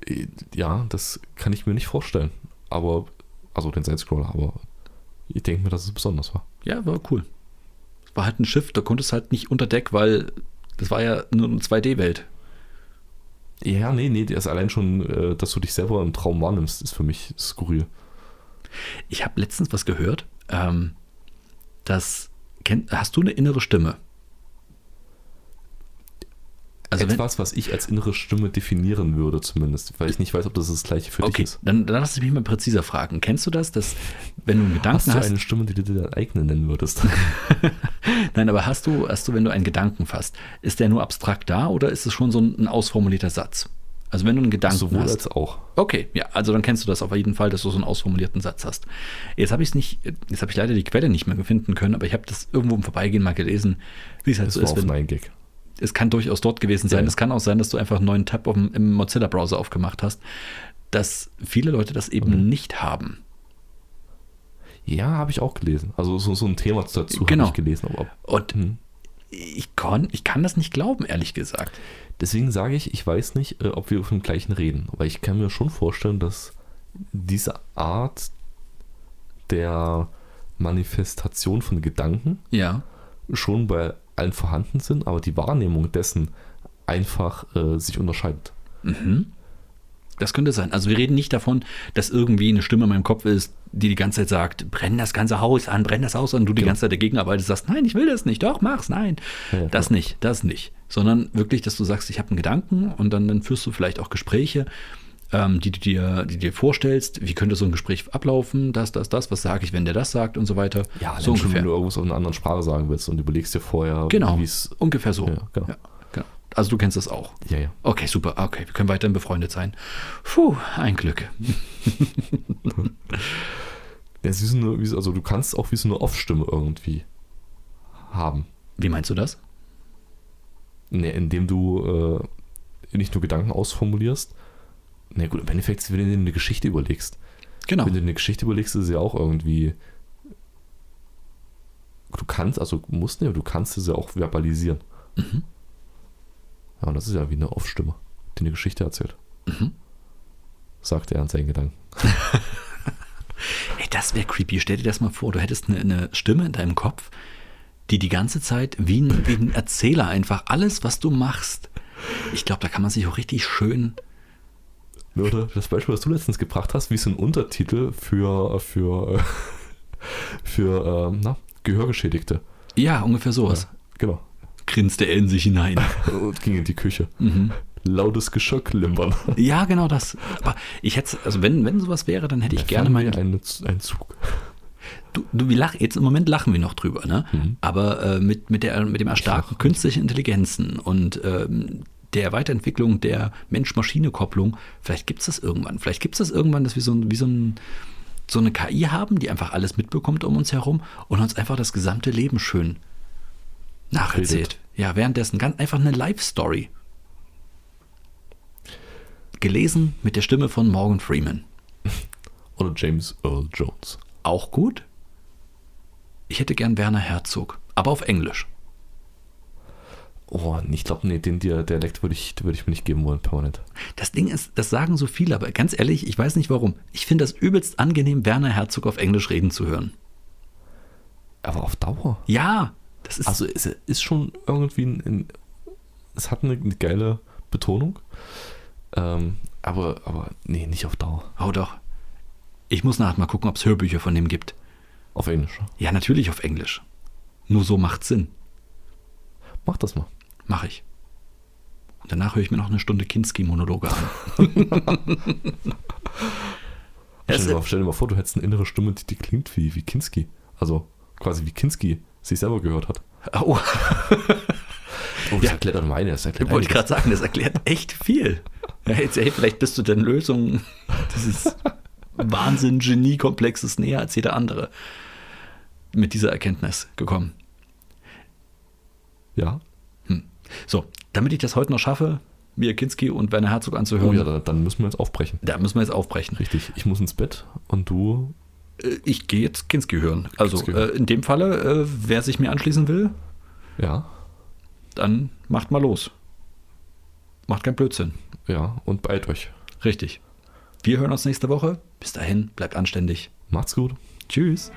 Speaker 1: äh, ja, das kann ich mir nicht vorstellen. Aber, also den Side-Scroller, aber ich denke mir, dass es besonders war.
Speaker 2: Ja, war cool. Es war halt ein Schiff, da konntest halt nicht unter Deck, weil das war ja nur eine 2D-Welt.
Speaker 1: Ja, nee, nee, das ist allein schon, äh, dass du dich selber im Traum wahrnimmst, ist für mich skurril.
Speaker 2: Ich habe letztens was gehört, ähm, dass kenn, hast du eine innere Stimme?
Speaker 1: Also
Speaker 2: wenn-
Speaker 1: Etwas, was ich als innere Stimme definieren würde, zumindest, weil ich nicht weiß, ob das das gleiche für
Speaker 2: okay,
Speaker 1: dich ist.
Speaker 2: dann, dann lass es mich mal präziser fragen. Kennst du das, dass wenn du einen Gedanken
Speaker 1: Hast
Speaker 2: hast,
Speaker 1: du eine Stimme, die du dir deine eigene nennen würdest?
Speaker 2: nein, aber hast du, hast du, wenn du einen Gedanken fasst, ist der nur abstrakt da oder ist es schon so ein, ein ausformulierter Satz? Also wenn du einen Gedanken
Speaker 1: Sowohl
Speaker 2: hast,
Speaker 1: als auch.
Speaker 2: Okay, ja, also dann kennst du das auf jeden Fall, dass du so einen ausformulierten Satz hast. Jetzt habe ich es nicht, jetzt habe ich leider die Quelle nicht mehr finden können, aber ich habe das irgendwo im Vorbeigehen mal gelesen, wie es halt
Speaker 1: Das
Speaker 2: so
Speaker 1: war
Speaker 2: ist.
Speaker 1: auf
Speaker 2: Wenn,
Speaker 1: Nein Gag.
Speaker 2: es kann durchaus dort gewesen sein.
Speaker 1: Ja.
Speaker 2: Es kann auch sein, dass du einfach einen neuen Tab auf dem, im Mozilla-Browser aufgemacht hast, dass viele Leute das eben nicht haben.
Speaker 1: Ja, habe ich auch gelesen. Also so, so ein Thema dazu
Speaker 2: Genau.
Speaker 1: habe ich gelesen. Aber
Speaker 2: Und
Speaker 1: Mhm.
Speaker 2: ich, kann, ich kann das nicht glauben, ehrlich gesagt.
Speaker 1: deswegen sage ich, ich weiß nicht, äh, ob wir vom gleichen reden. Aber ich kann mir schon vorstellen, dass diese Art der Manifestation von Gedanken
Speaker 2: Ja.
Speaker 1: schon bei allen vorhanden sind, aber die Wahrnehmung dessen einfach äh, sich unterscheidet.
Speaker 2: Mhm. Das könnte sein. Also wir reden nicht davon, dass irgendwie eine Stimme in meinem Kopf ist, die die ganze Zeit sagt, brenn das ganze Haus an, brenn das Haus an, du die
Speaker 1: Genau.
Speaker 2: ganze Zeit dagegen arbeitest, sagst, nein, ich will das nicht, doch, mach's, nein.
Speaker 1: Ja, ja,
Speaker 2: das nicht, das nicht. Sondern wirklich, dass du sagst, ich habe einen Gedanken und dann, dann führst du vielleicht auch Gespräche, ähm, die du dir, die du dir vorstellst, wie könnte so ein Gespräch ablaufen, das, das, das, was sage ich, wenn der das sagt und so weiter.
Speaker 1: Ja,
Speaker 2: so
Speaker 1: so schon,
Speaker 2: ungefähr.
Speaker 1: wenn du irgendwas auf einer anderen Sprache sagen willst und überlegst dir vorher,
Speaker 2: Genau,
Speaker 1: wie es.
Speaker 2: ungefähr so.
Speaker 1: Ja, genau.
Speaker 2: Ja, genau. Also du kennst das auch.
Speaker 1: Ja, ja.
Speaker 2: Okay, super. Ah, Okay, wir können weiterhin befreundet sein. Puh, ein Glück.
Speaker 1: ja es ist eine, wie so- also du kannst auch wie so eine Off-Stimme irgendwie haben.
Speaker 2: Wie meinst du das?
Speaker 1: Ne, indem du äh, nicht nur Gedanken ausformulierst. Na gut, im Endeffekt, wenn du dir eine Geschichte überlegst.
Speaker 2: Genau.
Speaker 1: Wenn du dir eine Geschichte überlegst, ist es ja auch irgendwie. Du kannst, also musst nicht, aber du kannst es ja auch verbalisieren.
Speaker 2: Mhm.
Speaker 1: Ja, und das ist ja wie eine Off-Stimme, die eine Geschichte erzählt.
Speaker 2: Mhm.
Speaker 1: Sagt er an seinen Gedanken.
Speaker 2: Ey, das wäre creepy. Stell dir das mal vor, du hättest eine, eine Stimme in deinem Kopf, die die ganze Zeit wie ein, wie ein Erzähler einfach alles, was du machst. Ich glaube, da kann man sich auch richtig schön.
Speaker 1: Ne, Oder das Beispiel, das du letztens gebracht hast, wie so ein Untertitel für, für, äh, für ähm, na, Gehörgeschädigte.
Speaker 2: Ja, ungefähr sowas.
Speaker 1: Genau.
Speaker 2: Grinste er in sich hinein.
Speaker 1: Und ging in die Küche.
Speaker 2: Mhm.
Speaker 1: Lautes Geschirr klimpern.
Speaker 2: Ja, genau das. Aber ich hätte, also wenn, wenn sowas wäre, dann hätte ich gerne
Speaker 1: mal
Speaker 2: mal
Speaker 1: einen, einen Zug.
Speaker 2: Du, du wir lach, jetzt im Moment lachen wir noch drüber, ne?
Speaker 1: Mhm.
Speaker 2: Aber äh, mit, mit, der, mit dem Erstarken künstlicher Intelligenzen und ähm, der Weiterentwicklung der Mensch-Maschine-Kopplung, vielleicht gibt es das irgendwann. Vielleicht gibt es das irgendwann, dass wir so, ein- wie so, ein, so eine KI haben, die einfach alles mitbekommt um uns herum und uns einfach das gesamte Leben schön nacherzählt. Ja, währenddessen ganz einfach eine Live-Story. Gelesen mit der Stimme von Morgan Freeman.
Speaker 1: Oder James Earl Jones.
Speaker 2: Auch gut. Ich hätte gern Werner Herzog, aber auf Englisch.
Speaker 1: Oh, nee, ich glaube, nee, den Dia- Dialekt würde ich, würde ich mir nicht geben wollen, permanent.
Speaker 2: Das Ding ist, das sagen so viele, aber ganz ehrlich, ich weiß nicht warum. Ich finde das übelst angenehm, Werner Herzog auf Englisch reden zu hören.
Speaker 1: Aber auf Dauer.
Speaker 2: Ja, das ist.
Speaker 1: Also es ist schon irgendwie ein, ein es hat eine, eine geile Betonung. Ähm, aber, aber nee, nicht auf Dauer.
Speaker 2: oh doch. Ich muss nachher mal gucken, ob es Hörbücher von dem gibt.
Speaker 1: Auf Englisch.
Speaker 2: Ja, natürlich auf Englisch. Nur so macht Sinn.
Speaker 1: Mach das mal.
Speaker 2: Mache ich. Und danach höre ich mir noch eine Stunde Kinski-Monologe an.
Speaker 1: Stell
Speaker 2: Es-
Speaker 1: dir, mal, stell dir mal vor, du hättest eine innere Stimme, die, die klingt wie, wie Kinski. Also quasi wie Kinski sich selber gehört hat.
Speaker 2: Oh,
Speaker 1: Oh, das erklärt dann meine. Das erklärt
Speaker 2: wollte ich
Speaker 1: einiges.
Speaker 2: gerade sagen, das erklärt echt viel. Ja, jetzt, hey, vielleicht bist du den Lösungen dieses Wahnsinn-Genie-Komplexes näher als jeder andere mit dieser Erkenntnis gekommen.
Speaker 1: Ja.
Speaker 2: So, damit ich das heute noch schaffe, mir Kinski und Werner Herzog
Speaker 1: Oh
Speaker 2: anzuhören,
Speaker 1: ja, dann, dann müssen wir jetzt aufbrechen.
Speaker 2: da müssen wir jetzt aufbrechen.
Speaker 1: Richtig. Ich muss ins Bett und du.
Speaker 2: Äh, Ich gehe jetzt Kinski hören. Also
Speaker 1: Kinski
Speaker 2: äh,
Speaker 1: hören.
Speaker 2: in dem Falle, äh, wer sich mir anschließen will,
Speaker 1: Ja.
Speaker 2: dann macht mal los. Macht keinen Blödsinn.
Speaker 1: Ja. Und beeilt euch.
Speaker 2: Richtig. Wir hören uns nächste Woche. Bis dahin, bleibt anständig.
Speaker 1: Macht's gut.
Speaker 2: Tschüss.